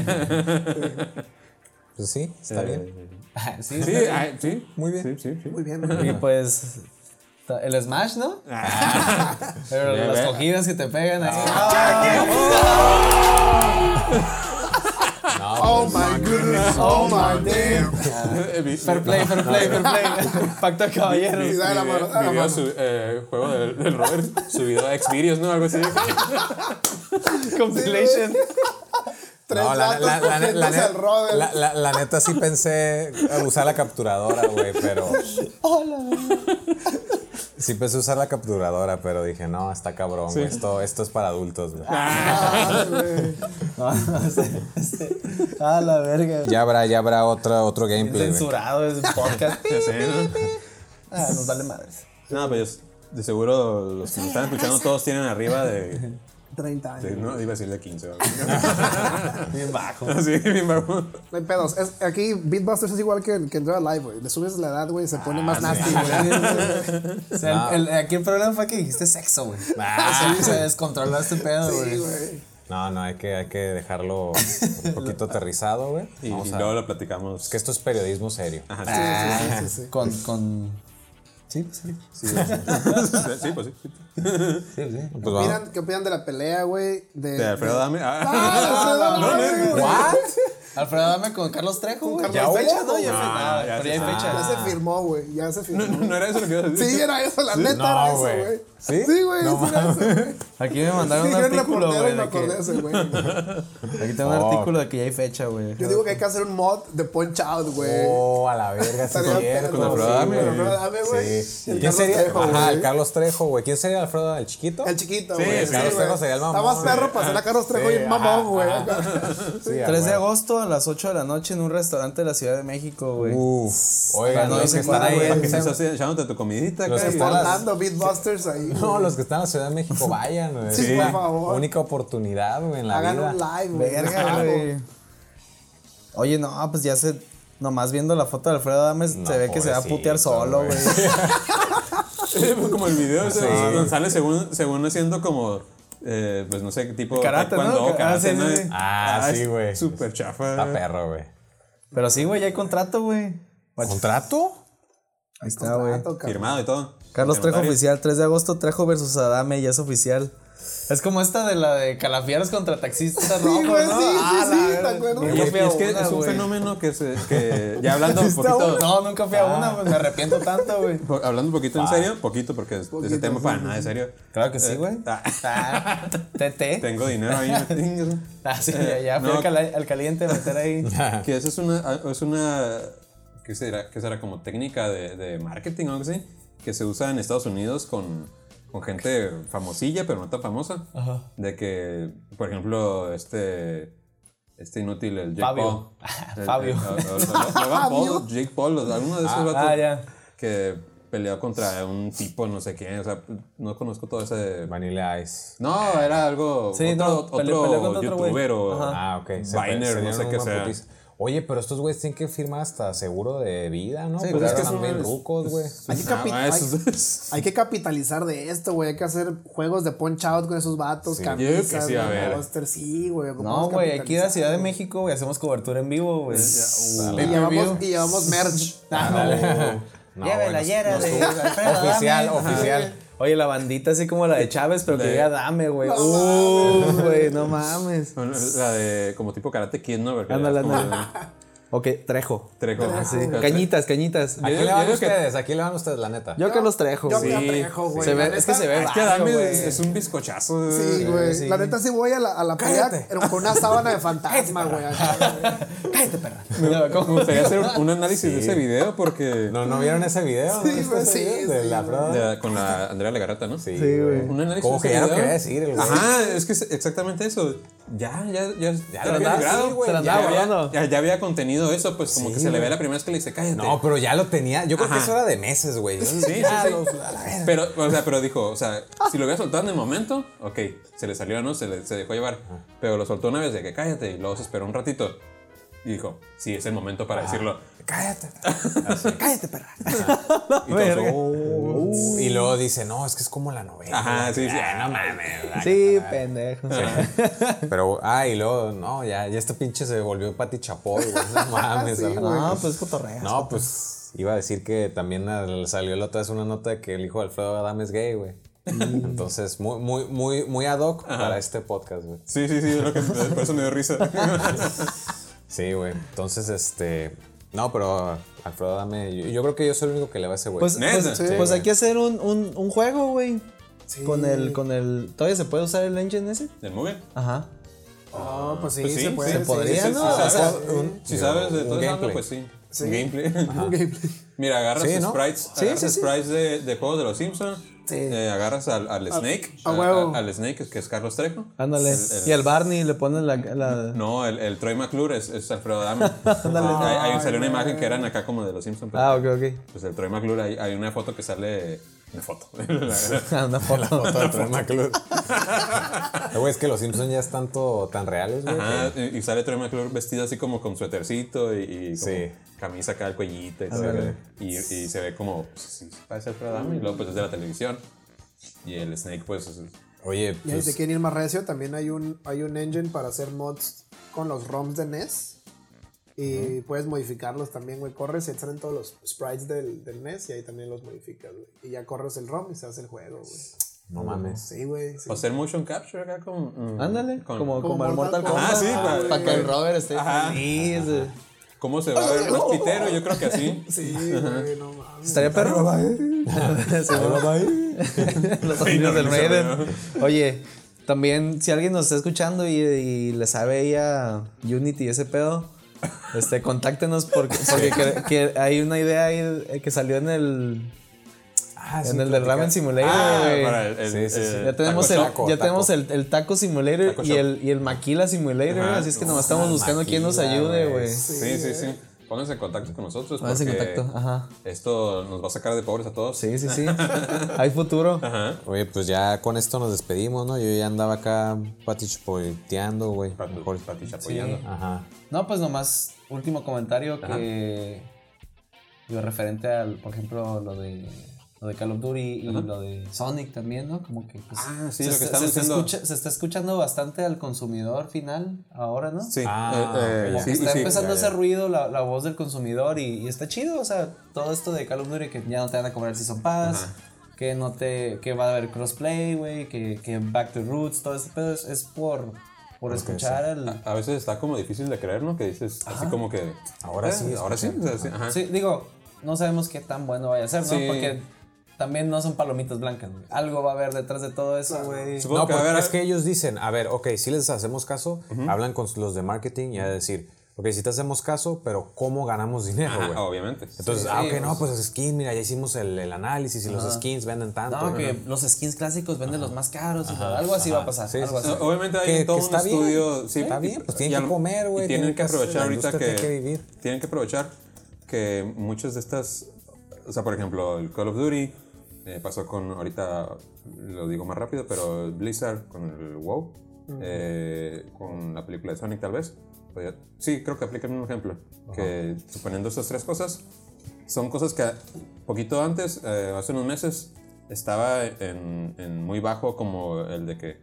Pues sí, está bien. sí, Sí, está ah, sí. Muy bien. Sí, sí, sí. Muy bien, bien. Y pues. ta- El Smash, ¿no? Ah. Ah. Pero Ya las ve. cogidas que te pegan ahí. Ah. Ah, Oh my goodness, oh my damn. Fair play, fair play, fair play. Pacto de Sí, caballeros. dale la mano, dale la Video mano. su- eh, juego del, del Robert subido a Xvideos, ¿no? Algo así. Compilation. Tres No, la, datos la, la, la, la, al Robert. la, la- la neta sí pensé usar la capturadora, güey, pero. Sí pensé usar la capturadora, pero dije, no, está cabrón, güey, esto, esto es para adultos, güey. Ah. Ay, güey. No, Ah, no sé, este, A la verga. Ya habrá, ya habrá otra, otro gameplay, güey. Censurado es un podcast. Ya sé, ¿no? Ah, nos vale madres. No, pues de seguro los que nos están escuchando todos tienen arriba de. 30 años. de- no, iba a decir de 15. ¿no? Bien bajo. Así, bien bajo. No hay pedos. Es- aquí Beatbusters es igual que, el- que el Drive Live, güey. Le subes la edad, güey, se pone más nasty, güey. O sea, el- el- aquí el problema fue que dijiste sexo, güey. Sí, se descontroló este pedo, Ah. güey. Sí, güey. No, no, hay que, hay que dejarlo un poquito aterrizado, güey. Y, Vamos y a- luego lo platicamos. Es que esto es periodismo serio. Sí, sí, sí, sí. con, con. Sí, pues sí. sí, pues sí. Pues ¿Qué vamos. opinan, qué opinan de la pelea, güey? De, De Alfredo Eh, Dame. Ah, de Alfredo Adame, güey. ¿What? Alfredo Dame con Carlos Trejo, güey. Carlos Ya hubo, Trejo, ¿no? Ya fue güey. nada, Ah, ya pero ya se- hay fecha. Ya se firmó, güey. Ya se ah. firmó. No era eso lo que iba a decir. Sí, era eso, la neta era eso, güey. güey. ¿Sí? Sí, güey, No sí era eso, güey. Aquí me mandaron Sí, un yo en la artículo, portada güey. me de acordé de que- ese, güey. Aquí tengo un artículo de que ya hay fecha, güey. Yo digo que hay que hacer un mod de Punch Out, güey. Oh, a la verga, sí, Estaría cierto, perro, sí, sí, Alfredo Adame, güey, güey. Alfredo Adame, güey. Sí. El ¿Quién Carlos sería? Trejo, Ajá, güey. el Carlos Trejo, güey. ¿Quién sería Alfredo? ¿El chiquito? El chiquito, Sí, güey. el Carlos güey. Trejo sería el mamón, Está más güey. perro para ser a Carlos Trejo Sí, y un mamón, ajá, güey. Sí, 3 a de huevo. agosto a las 8 de la noche en un restaurante de la Ciudad de México, güey. Uf. Oigan, No los que dicen están cuándo, ahí. güey, Ah, Para que en- estés así echándote tu comidita. Los acá, y- están- Hablando Beatbusters ahí. No, los que están en la Ciudad de México, vayan, güey. Sí, Es la por favor. Única oportunidad, güey, en la Hagan vida. un live, güey. Verga, Algo. güey. Oye, no, pues ya se. Nomás viendo la foto de Alfredo Adame se ve que se va a putear pobrecito, solo, güey. pues, como el video ese, donde sale según, según haciendo como, eh, pues no sé, tipo Karate, ¿no? taekwondo, Ah, karate, sí, ¿no? sí, sí. Ah, es sí, güey. Súper chafa. Está perro, güey. Pero sí, güey, ya hay contrato, güey. ¿Contrato? Ahí está, güey. Contrato, cabrón. Firmado y todo. Carlos Trejo Notario. oficial, 3 de agosto, Trejo versus Adame, ya es oficial. Es como esta de la de calafiaros contra taxistas Sí, rojos, güey, ¿no? sí, sí, Ah, la sí, ¿te verga. acuerdas? Y, Nunca es- fui y a es que una, es un güey. fenómeno que, se, que ya hablando un Está bueno. poquito, No, nunca fui a una, pues me arrepiento tanto, güey. po- hablando un poquito en serio, poquito porque es- ese tema para nada de serio. Claro que sí, güey. Ah, Ah, TT. tengo dinero ahí. me tengo. Ah, sí, ya, ya fui no. al, cala- al caliente a meter ahí. que eso es una, ah, es una ¿qué será? ¿Qué será? Como técnica de, de marketing o algo así, que se usa en Estados Unidos con, con gente famosilla, pero no tan famosa. De que, por ejemplo, este, este inútil, el Jake Fabio. Paul. Fabio. El- el- el- el- Logan Paul, Jake Paul, o alguno de esos vatos ah, ya. que peleó contra un tipo, no sé quién, o sea, no conozco todo ese... Vanilla Ice. No, era algo, Sí, otro, no, otro pele- peleó contra otro güey. youtuber o Ajá. Ah, ok. Se pe- Viner, se no sé dieron qué una sea. putiza. Oye, pero estos güeyes tienen que firmar hasta seguro de vida, ¿no? Sí, Porque pues es que están son- bien rucos, güey. Hay que, capi- Ah, hay- eso es- hay que capitalizar de esto, güey. Hay que hacer juegos de punch out con esos vatos, yo digo que camisas, sí, a güey, ver. póster, sí, güey. No, ocupamos güey, aquí en la capitalizar. Ciudad de México, güey, hacemos cobertura en vivo, güey. Y Pay-per-view. Ah, llevamos, y llevamos merch. No, Llévela, güey, nos- llévela, nos- de Alfredo Oficial, Adame. oficial. Oye, la bandita así como la de Chávez, pero que diga dame, güey. No Uh, güey, no mames. Bueno, La de como tipo karate kid, ¿no? Porque Ándale, es como ándale. de- Ok, trejo. Ah, Trejo. Sí, Pero- Cañitas, cañitas. Aquí Yo- le van yo digo que- ustedes, aquí le van ustedes, la neta. Yo que los trejo, Yo güey. que a Trejo, güey. Se ve- La es que neta- ah, se ve Es que barrio, Adame güey. es, es un bizcochazo. Sí, güey. sí. La neta sí voy a la, a la playa pero con una sábana de fantasma, güey. acá, Cállate, perra. Me gustaría hacer un- un análisis de ese video porque. ¿No, ¿No vieron ese video? Sí, ¿No güey, pues, viste ese sí, video De sí, la güey. Frodo? de la- con la Andrea Legarreta, ¿no? Sí, güey. Un análisis Como de que ese ya no video. quería decir, el güey. Ajá, es que es exactamente eso. Ya, ya, ya. Ya lo andaba- sí, güey, Se lo ya andaba había- grabando. Ya, ya había contenido eso, pues como que se le ve la primera vez que le dice, cállate. No, pero ya lo tenía. Yo creo que Ajá. eso era de meses, güey. Sí, sí, sí. Pero, o sea, pero dijo, o sea, si lo hubiera soltado en el momento, ok, se le salió, ¿no? Se, le, se dejó llevar. Pero lo soltó una vez de que cállate y luego se esperó un ratito. Y dijo, sí, es el momento para decirlo. Cállate. Cállate, perra. Y todos, Verga. "Oh". Y luego dice, no, es que es como la novela. Ajá, sí, sí. Ah, no mames. Sí, pendejo. Pero, ah, y luego, no, ya, ya este pinche se volvió Pati Chapoy, güey. No mames, Sí, Arnaldo. güey. No, pues cotorrea. No, pues iba a decir que también al- salió la otra vez una nota de que el hijo de Alfredo Adame es gay, güey. Entonces, muy, muy, muy, muy ad hoc para este podcast, güey. Sí, sí, sí, es lo que, por eso me dio risa. Sí, güey. Entonces, este. No, pero Alfredo Adame, yo, yo creo que yo soy el único que le va a ese güey. Pues, pues, Neta. pues Sí, güey. hay que hacer un, un, un juego, güey. Con el, con el. ¿Todavía se puede usar el engine ese? ¿Del Mugen? Ajá. No, pues sí, Pues sí, se puede. se sí, podría, sí, ¿no? sí, O sí, sea, sí, sabes, sí. un- si sabes de un todo eso, gameplay. pues sí. Gameplay. Un gameplay. Mira, agarras Sí, ¿no? sprites, Sí, agarras sí, sí. sprites de, de juegos de los Simpsons. eh, Sí. agarras al, al Snake. a huevo. al Snake, que es- que es Carlos Trejo. Ándale. El- el- Y al Barney le ponen la. la- No, el, el Troy McClure es, es Alfredo Adame. Ah, hay, hay- salió una imagen que eran acá como de los Simpsons. Ah, ok, ok. Pues el Troy McClure, hay, hay una foto que sale. Una foto. La- Ah, Una foto. Eh, güey, es que los Simpsons ya están to- tan reales, güey. Ajá, y y sale Troy McClure vestido así como con suétercito y, y como Sí. camisa acá al cuellito y todo. Y, y se ve como, pues, sí, parece Alfredo Adame. Y luego, pues es de la televisión. Y el Snake, pues. es- que- Oye, Y ahí se pues, quieren ir más recio, también hay un, hay un engine para hacer mods con los ROMs de NES. Y puedes modificarlos también, güey. Corres y te salen todos los sprites del, del NES y ahí también los modificas, güey. Y ya corres el ROM y se hace el juego, güey. no mames. Sí, güey. sí. O hacer motion capture acá con. mm, Ándale. con- Como, como el Mortal Kombat. Ah, sí, güey. pa- Para que el Robert esté feliz. eh. güey. ¿Cómo Ah, se va a ver? Más pitero, yo creo que así. Sí, güey, no mames. Estaría perro. Sí, Los sonidos del no, no se Maiden. Oye, también si alguien nos está escuchando y, y le sabe ahí a Unity y ese pedo, este, contáctenos porque, porque cre- que hay una idea ahí eh, que salió en el Ah, sí, en el del platicar. Ramen Simulator. Ah, güey. para el- el- Sí, sí, sí. el Ya tenemos, el, taco ya shop. taco. tenemos el, el Taco Simulator Taco y shop. el, y el Maquila Simulator, Ajá. Ah, así es que nomás estamos buscando quién nos Maquila, ayude, güey. güey. Sí, sí, sí. Pónganse en contacto con nosotros. Pónganse en porque contacto, ajá. Esto nos va a sacar de pobres a todos. Sí, sí, sí. Hay futuro. Ajá. Oye, pues ya con esto nos despedimos, ¿no? Yo ya andaba acá patichapoiteando, güey. Mejor. Pati apoyando. Ajá. No, pues nomás, último comentario que. Digo, referente al, por ejemplo, lo de. Lo de Call of Duty y lo de Sonic también, ¿no? Como que. pues, Ah, sí, se, lo que está- están se está diciendo. escucha- se está escuchando bastante al consumidor final ahora, ¿no? Sí. Ah, eh, eh, ok, Como sí, que está sí. empezando a hacer ruido la, la voz del consumidor y, y está chido, o sea, todo esto de Call of Duty que ya no te van a cobrar el Season Pass, que no te, que va a haber crossplay, güey, que, que Back to Roots, todo ese pedo es, es por, por escuchar al... A veces está como difícil de creer, ¿no? Que dices así como que. Ahora sí, ahora sí. o sea, sí, Ajá. Sí, digo, no sabemos qué tan bueno vaya a ser, ¿no? Sí. Porque también no son palomitas blancas, güey. Algo va a haber detrás de todo eso, güey. Supongo No, que a porque ver, es que ellos dicen, a ver, ok, si les hacemos caso, hablan con los de marketing y a decir, ok, si te hacemos caso, pero ¿cómo ganamos dinero, Ajá, güey? obviamente. Entonces, ah, ok, no, pues skin, mira, ya hicimos el, el análisis y los skins venden tanto. No, ¿no? que los skins clásicos venden los más caros, y algo así va a pasar, Sí, algo sí, así. sí. Obviamente hay Que- todo que un está bien, estudio. sí, está bien, pues y tienen que a lo- comer, güey, y Tienen tienen que que hacer- aprovechar la ahorita que, industria tiene que vivir. Tienen que aprovechar que muchas de estas. O sea, por ejemplo, el Call of Duty eh, pasó con. Ahorita lo digo más rápido, pero Blizzard con el WoW. eh, con la película de Sonic, tal vez. podía- Sí, creo que aplica el mismo ejemplo. Que suponiendo estas tres cosas, son cosas que poquito antes, eh, hace unos meses, estaba en, en muy bajo como el de que,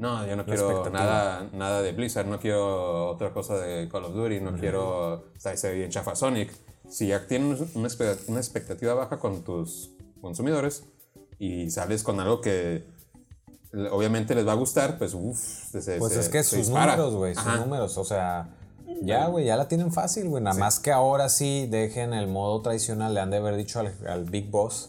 no, yo no quiero expectativa. nada, nada de Blizzard, no quiero otra cosa de Call of Duty, no quiero, o sea, se ve bien chafa Sonic. Si ya tienes una, espe- una expectativa baja con tus consumidores y sales con algo que l- obviamente les va a gustar, pues uff, se, Pues se- es que se sus dispara. números, güey, sus Ajá. números, o sea, ya, güey, ya la tienen fácil, güey. Nada más que ahora sí dejen el modo tradicional, le han de haber dicho al, al Big Boss,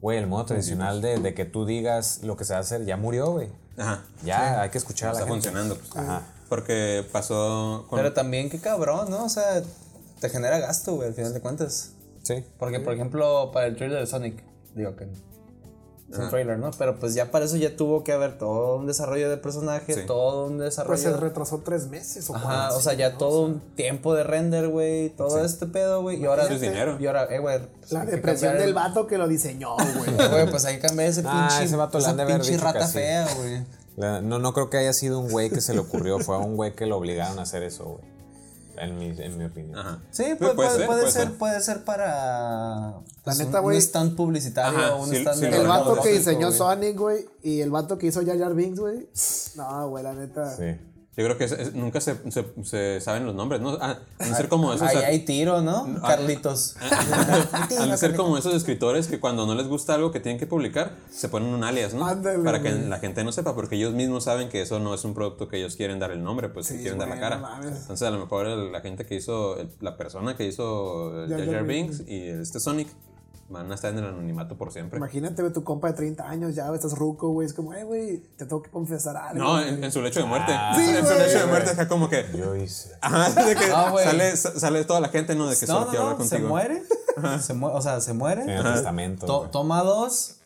güey, el modo tradicional de, de que tú digas lo que se va a hacer, ya murió, güey. Ajá. Ya, hay que escuchar a la Está gente. funcionando, pues. Porque pasó con. Pero también, qué cabrón, ¿no? O sea, te genera gasto, güey, al final de cuentas. Sí. Porque, por ejemplo, para el trailer de Sonic, digo que es un trailer, ¿no? Pero pues ya para eso ya tuvo que haber todo un desarrollo de personaje, Sí. todo un Pues se desarrollo. retrasó tres meses o Ajá, cuatro, o sea, Ah, sí, ya ¿no? todo un tiempo de render, güey, todo este pedo, güey. Y ahora. Eso es dinero. Y ahora, eh, güey. pues, La hay que depresión cambiar del el- vato que lo diseñó, güey. Eh, Güey, pues hay que cambiar ese Ah, pinche. ese vato le esa han de haber pinche dicho que rata sí. fea, güey. La- no, no creo que haya sido un güey que se le ocurrió, fue a un güey que lo obligaron a hacer eso, güey. En mi, en mi opinión. Ajá. Sí, Pu- puede, puede- puede ser, puede ser para. pues, neta, un- güey. Un stand publicitario, Ajá, un sí- stand. sí de lo El Pero vato no, que mercadotecnia, diseñó güey. Sonic, güey, y el vato que hizo Jar Jar Binks, güey. No, güey, la neta. Sí. Yo creo que es- es- nunca se, se- se saben los nombres, ¿no? Ah, han de ser como esos. Ahí hay tiro, ¿no? Carlitos. han de ser como esos escritores que cuando no les gusta algo que tienen que publicar, se ponen un alias, ¿no? Ándale, Para que güey. la gente no sepa, porque ellos mismos saben que eso no es un producto que ellos quieren dar el nombre, pues que quieren dar la güey, cara. no mames. Entonces, a lo mejor el- la gente que hizo, el- la persona que hizo el Jar Jar Jar Jar Binks y este Sonic van a estar en el anonimato por siempre. Imagínate, güey, tu compa de 30 años, ya, güey, estás ruco, güey. Es como, eh, güey, te tengo que confesar algo. No, güey". en, en su lecho de muerte. Ah, Sí, en su güey. lecho de muerte acá como que. Yo hice. Ajá, de que Ah, güey. sale, sa- sale toda la gente, ¿no? De que No, solo no, quiero no, hablar se contigo. muere. Se mue- o sea, se muere. En el testamento. To- güey. toma dos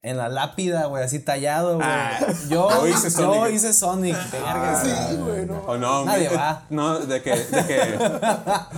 en la lápida, güey, así tallado, güey. Ah, yo, yo hice hice Sonic. Sonic. Ah, Yo hice Sonic. verga. Sí, güey, no. O no, Nadie hombre, eh, va. No, de que, de que,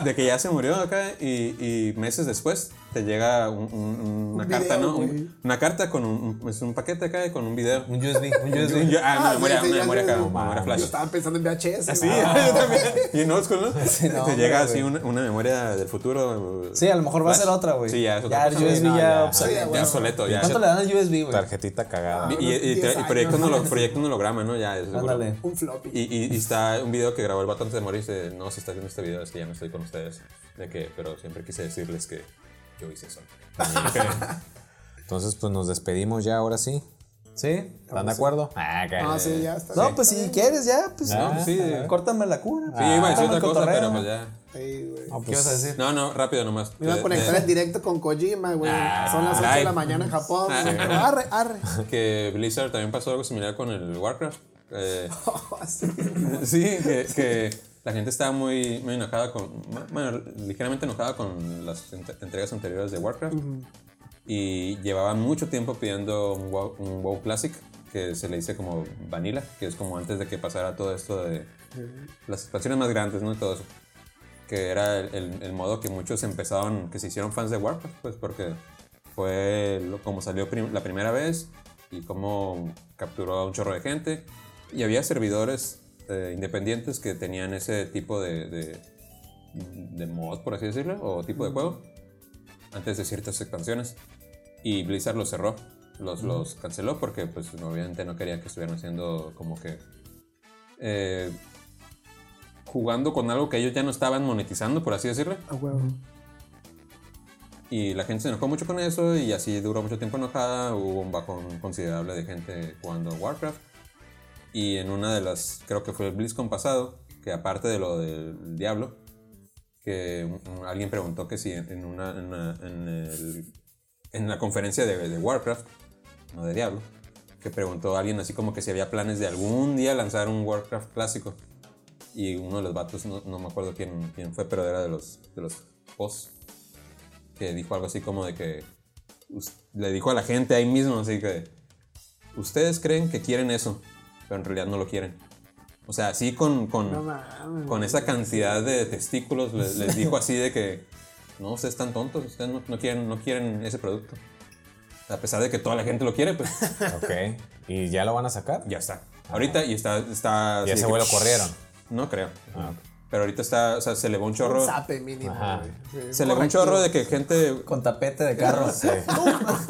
de que ya se murió acá y, y meses después te llega un- un- una Un carta, video, ¿no? Un- güey. una carta con un, un- es un paquete acá y con un video. Un USB, un USB. Yo- ah, una Ah, memoria, sí, sí, una ya memoria sé, acá, güey. memoria Yo Ah. flash. estaba pensando en VHS. Sí, güey. yo también. Y en old school, ¿no? no, te hombre, llega así una, una memoria del futuro. eh, Sí, a lo mejor va a flash. ser otra, güey. Sí, ya es otra Ya, el cosa, güey. USB no, ya. ya. obsoleto. Ya obsoleto, ya. ¿Cuánto le dan al USB, güey? Tarjetita cagada. Y, y, y, Unos 10 y proyecto, años. no, proyecto holograma, ¿no? Ya, es seguro. Ándale. Un floppy. Y, y- y está un video que grabó el vato antes de morir y dice, no, si estás viendo este video es que ya no estoy con ustedes. De que, pero siempre quise decirles que yo hice eso. Entonces, pues nos despedimos ya, ahora sí. Sí. ¿Están de acuerdo? Ah, que- No, sí, ya está. No, pues si quieres, ya, pues. No, no, sí. Córtame la cura. Ah, Sí, iba a decir Córtame otra el cosa, cotorreo. pero pues ya. Ah, Sí, güey. No, ¿Qué pues, vas a decir? No, no, rápido nomás. Me iba a De- conectar de- en directo con Kojima, güey. Son las 8 de la live. mañana en Japón. Ah. güey. Pero Arre, arre. que Blizzard también pasó algo similar con el Warcraft. Eh, Así. sí, que, que la gente estaba muy, muy enojada con, bueno, ligeramente enojada con las ent- entregas anteriores de Warcraft. Y llevaban mucho tiempo pidiendo un WoW, un WoW Classic, que se le dice como Vanilla, que es como antes de que pasara todo esto de las expansiones más grandes, ¿no? Y todo eso. Que era el, el- el modo que muchos empezaron, que se hicieron fans de Warcraft, pues porque fue lo- como salió prim- la primera vez y cómo capturó a un chorro de gente. Y había servidores eh, independientes que tenían ese tipo de, de, de mod, por así decirlo, o tipo de juego, antes de ciertas expansiones. Y Blizzard los cerró, los, los canceló porque pues obviamente no querían que estuvieran haciendo como que... eh, jugando con algo que ellos ya no estaban monetizando, por así decirlo. A Ah, huevo. Y la gente se enojó mucho con eso y así duró mucho tiempo enojada. Hubo un bajón considerable de gente jugando Warcraft. Y en una de las, creo que fue el BlizzCon pasado, que aparte de lo del Diablo, que un- alguien preguntó que si en, una, en, una- en el- en la conferencia de, de Warcraft, no de Diablo, que preguntó a alguien así como que si había planes de algún día lanzar un Warcraft clásico. Y uno de los vatos, no, no me acuerdo quién, quién fue, pero era de los, de los posts que dijo algo así como de que us- le dijo a la gente ahí mismo, así que ustedes creen que quieren eso, pero en realidad no lo quieren. O sea, así con, con, No mames. con esa cantidad de testículos les, les dijo así de que no, ustedes están tontos, ustedes no, no quieren, no quieren ese producto. A pesar de que toda la gente lo quiere, pues ok. ¿Y ya lo van a sacar? ya está. Ahorita y está... está así Y ese de güey que, lo corrieron. No creo. Ah, Pero ahorita está, o sea, se le va un chorro. Un zape mínimo. Ajá. güey. Sí, Se le va un correctivo. chorro de que gente eh, Con tapete de carro.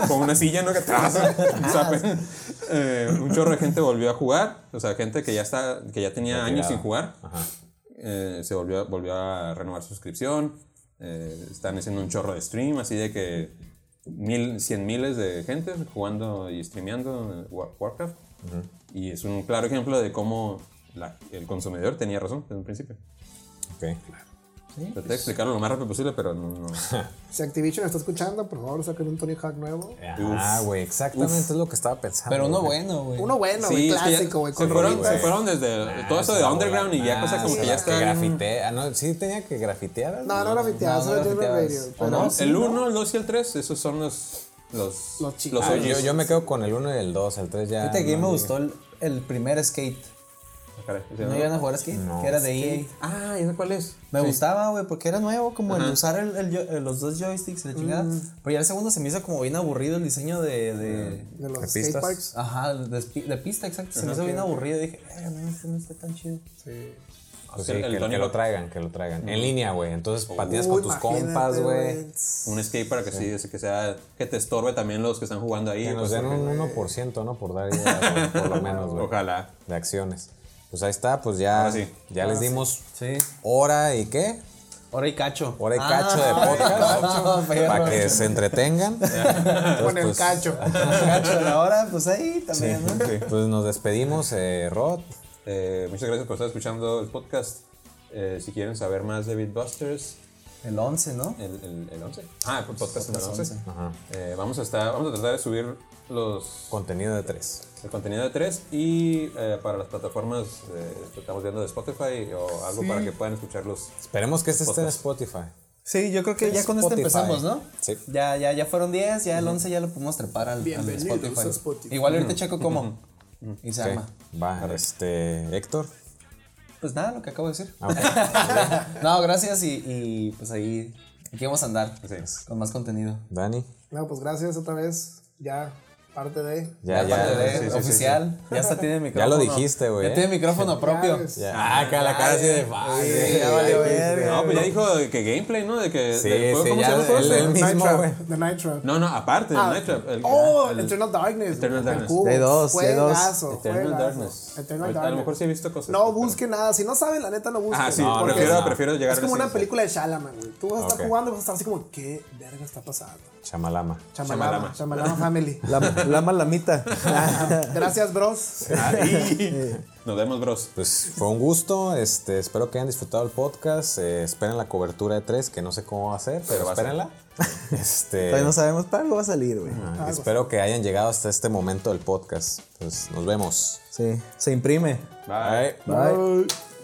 con una silla, ¿no? Que atrás, un zape. Eh, un chorro de gente volvió a jugar. O sea, gente que ya está, que ya tenía años sin jugar. Eh, se volvió, volvió a renovar su suscripción. Eh, están haciendo un chorro de stream, así de que mil, cien miles de gente jugando y streameando War- Warcraft. Y es un claro ejemplo de cómo la- el consumidor tenía razón desde un principio. Ok. Traté de explicarlo lo más rápido posible, pero no. no. Si Activision está escuchando, por favor, saquen un Tony Hawk nuevo. Ah, güey, exactamente es lo que estaba pensando. Pero uno güey. bueno, güey. Uno bueno, güey, Sí, es que ya clásico, güey. Se con fueron, Rory, se güey. fueron desde Ah, todo eso de underground y ya cosa como que ya está. Que bien- grafitea. No, sí tenía que grafitear. No, no grafiteadas, No, no, no era grafiteadas. Radio. Pero no? el 1, el 2 y el 3, esos son los. Los, Los chicos. Ah, hoyos. yo, yo me quedo con el 1 y el 2, el 3 ya. Fíjate que a no mí me llegué. gustó el, el primer skate. Ah, caray, ese ¿No no. iban a jugar skate? No. que era de EA. Ah, ¿y ese cuál es? Me gustaba, güey, porque era nuevo, como el usar el- el yo- eh, los dos joysticks, y la chingada. Pero ya el segundo se me hizo como bien aburrido el diseño de. de- de ¿De los pistas? skateparks. Ajá, de, espi- de pista, exacto. Se me hizo bien aburrido. Dije, eh, no, Ah, este no está tan chido. Sí. Pues sí, El- que, Ah, el que Tony Hawk. lo traigan, que lo traigan. En línea, güey. Entonces partidas Uy, con tus imagínate, compas, güey. Un skate para que sí, ese que sea. Que te estorbe también los que están jugando ahí. Que pues, nos den un 1%, ¿no? Por dar ideas, güey, por lo menos, güey. Ojalá. De acciones. Pues ahí está, pues ya, Ahora sí. ya les dimos Sí. hora y qué. Ahora y cacho. Ah. Hora y cacho de podcast. para que se entretengan. Entonces, Con el pues, cacho. cacho de ahora, pues ahí sí, también, ¿no? Pues nos despedimos, eh, Rod. Eh, muchas gracias por estar escuchando el podcast. Eh, si quieren saber más de Beatbusters, El 11, ¿no? el, el, el 11. Ah, el podcast número 11. 11. Eh, vamos, a estar, vamos a tratar de subir los Contenido de tres. El contenido de tres y eh, para las plataformas eh, que estamos viendo de Spotify o algo para que puedan escucharlos. Esperemos que este esté en Spotify. Sí, yo creo que ya con este Spotify. empezamos, ¿no? Sí. Ya, ya, ya fueron 10, ya el 11 ya lo pudimos trepar al, al Bienvenidos Spotify. a Spotify. Igual ahorita checo cómo. Y se Ok, arma. Va, este, Héctor. Pues nada, lo que acabo de decir. Ah, ok. No, gracias y, y, pues ahí aquí vamos a andar con más contenido. Dani. No, pues gracias otra vez. Ya, parte de. Ah, Ya, ya. Aparte de sí, sí, sí, oficial, ya hasta tiene micrófono. lo dijiste, güey, eh. Ya tiene micrófono propio. ves. sí. Ah, acá la cara así de fácil. Sí, ya valió verga. No, pues ya dijo de que gameplay, ¿no? De que Sí, del juego, sí, ¿cómo ya se llama el juego? él- él Night mismo, Trap, güey. Ah, The Night Trap. No, no, aparte de Night Trap. el- Oh, el- Eternal Darkness. Eternal Darkness. De dos, de dos. Juegazo, Eternal juegazo. Darkness. Eternal Ahorita, Darkness. A lo mejor sí he visto cosas. No busque nada. Si no saben, la neta no busquen. Ah, sí, porque prefiero, es- prefiero llegar Es a como ese- una película de Shalaman, güey. Tú vas a estar Ok. jugando y vas a estar así como, ¿qué verga está pasando? Chamalama. Chamalama. Chamalama Family. La, la malamita. Gracias, bros. Ahí. Ah, Nos vemos, bros. Pues fue un gusto, este, espero que hayan disfrutado el podcast, eh, esperen la cobertura de tres, que no sé cómo va a ser, pero va a ser. espérenla. Este, Todavía no sabemos, pero algo va a salir, güey. ah, espero que hayan llegado hasta este momento del podcast. Pues nos vemos. Sí, se imprime. Bye. Bye. Bye.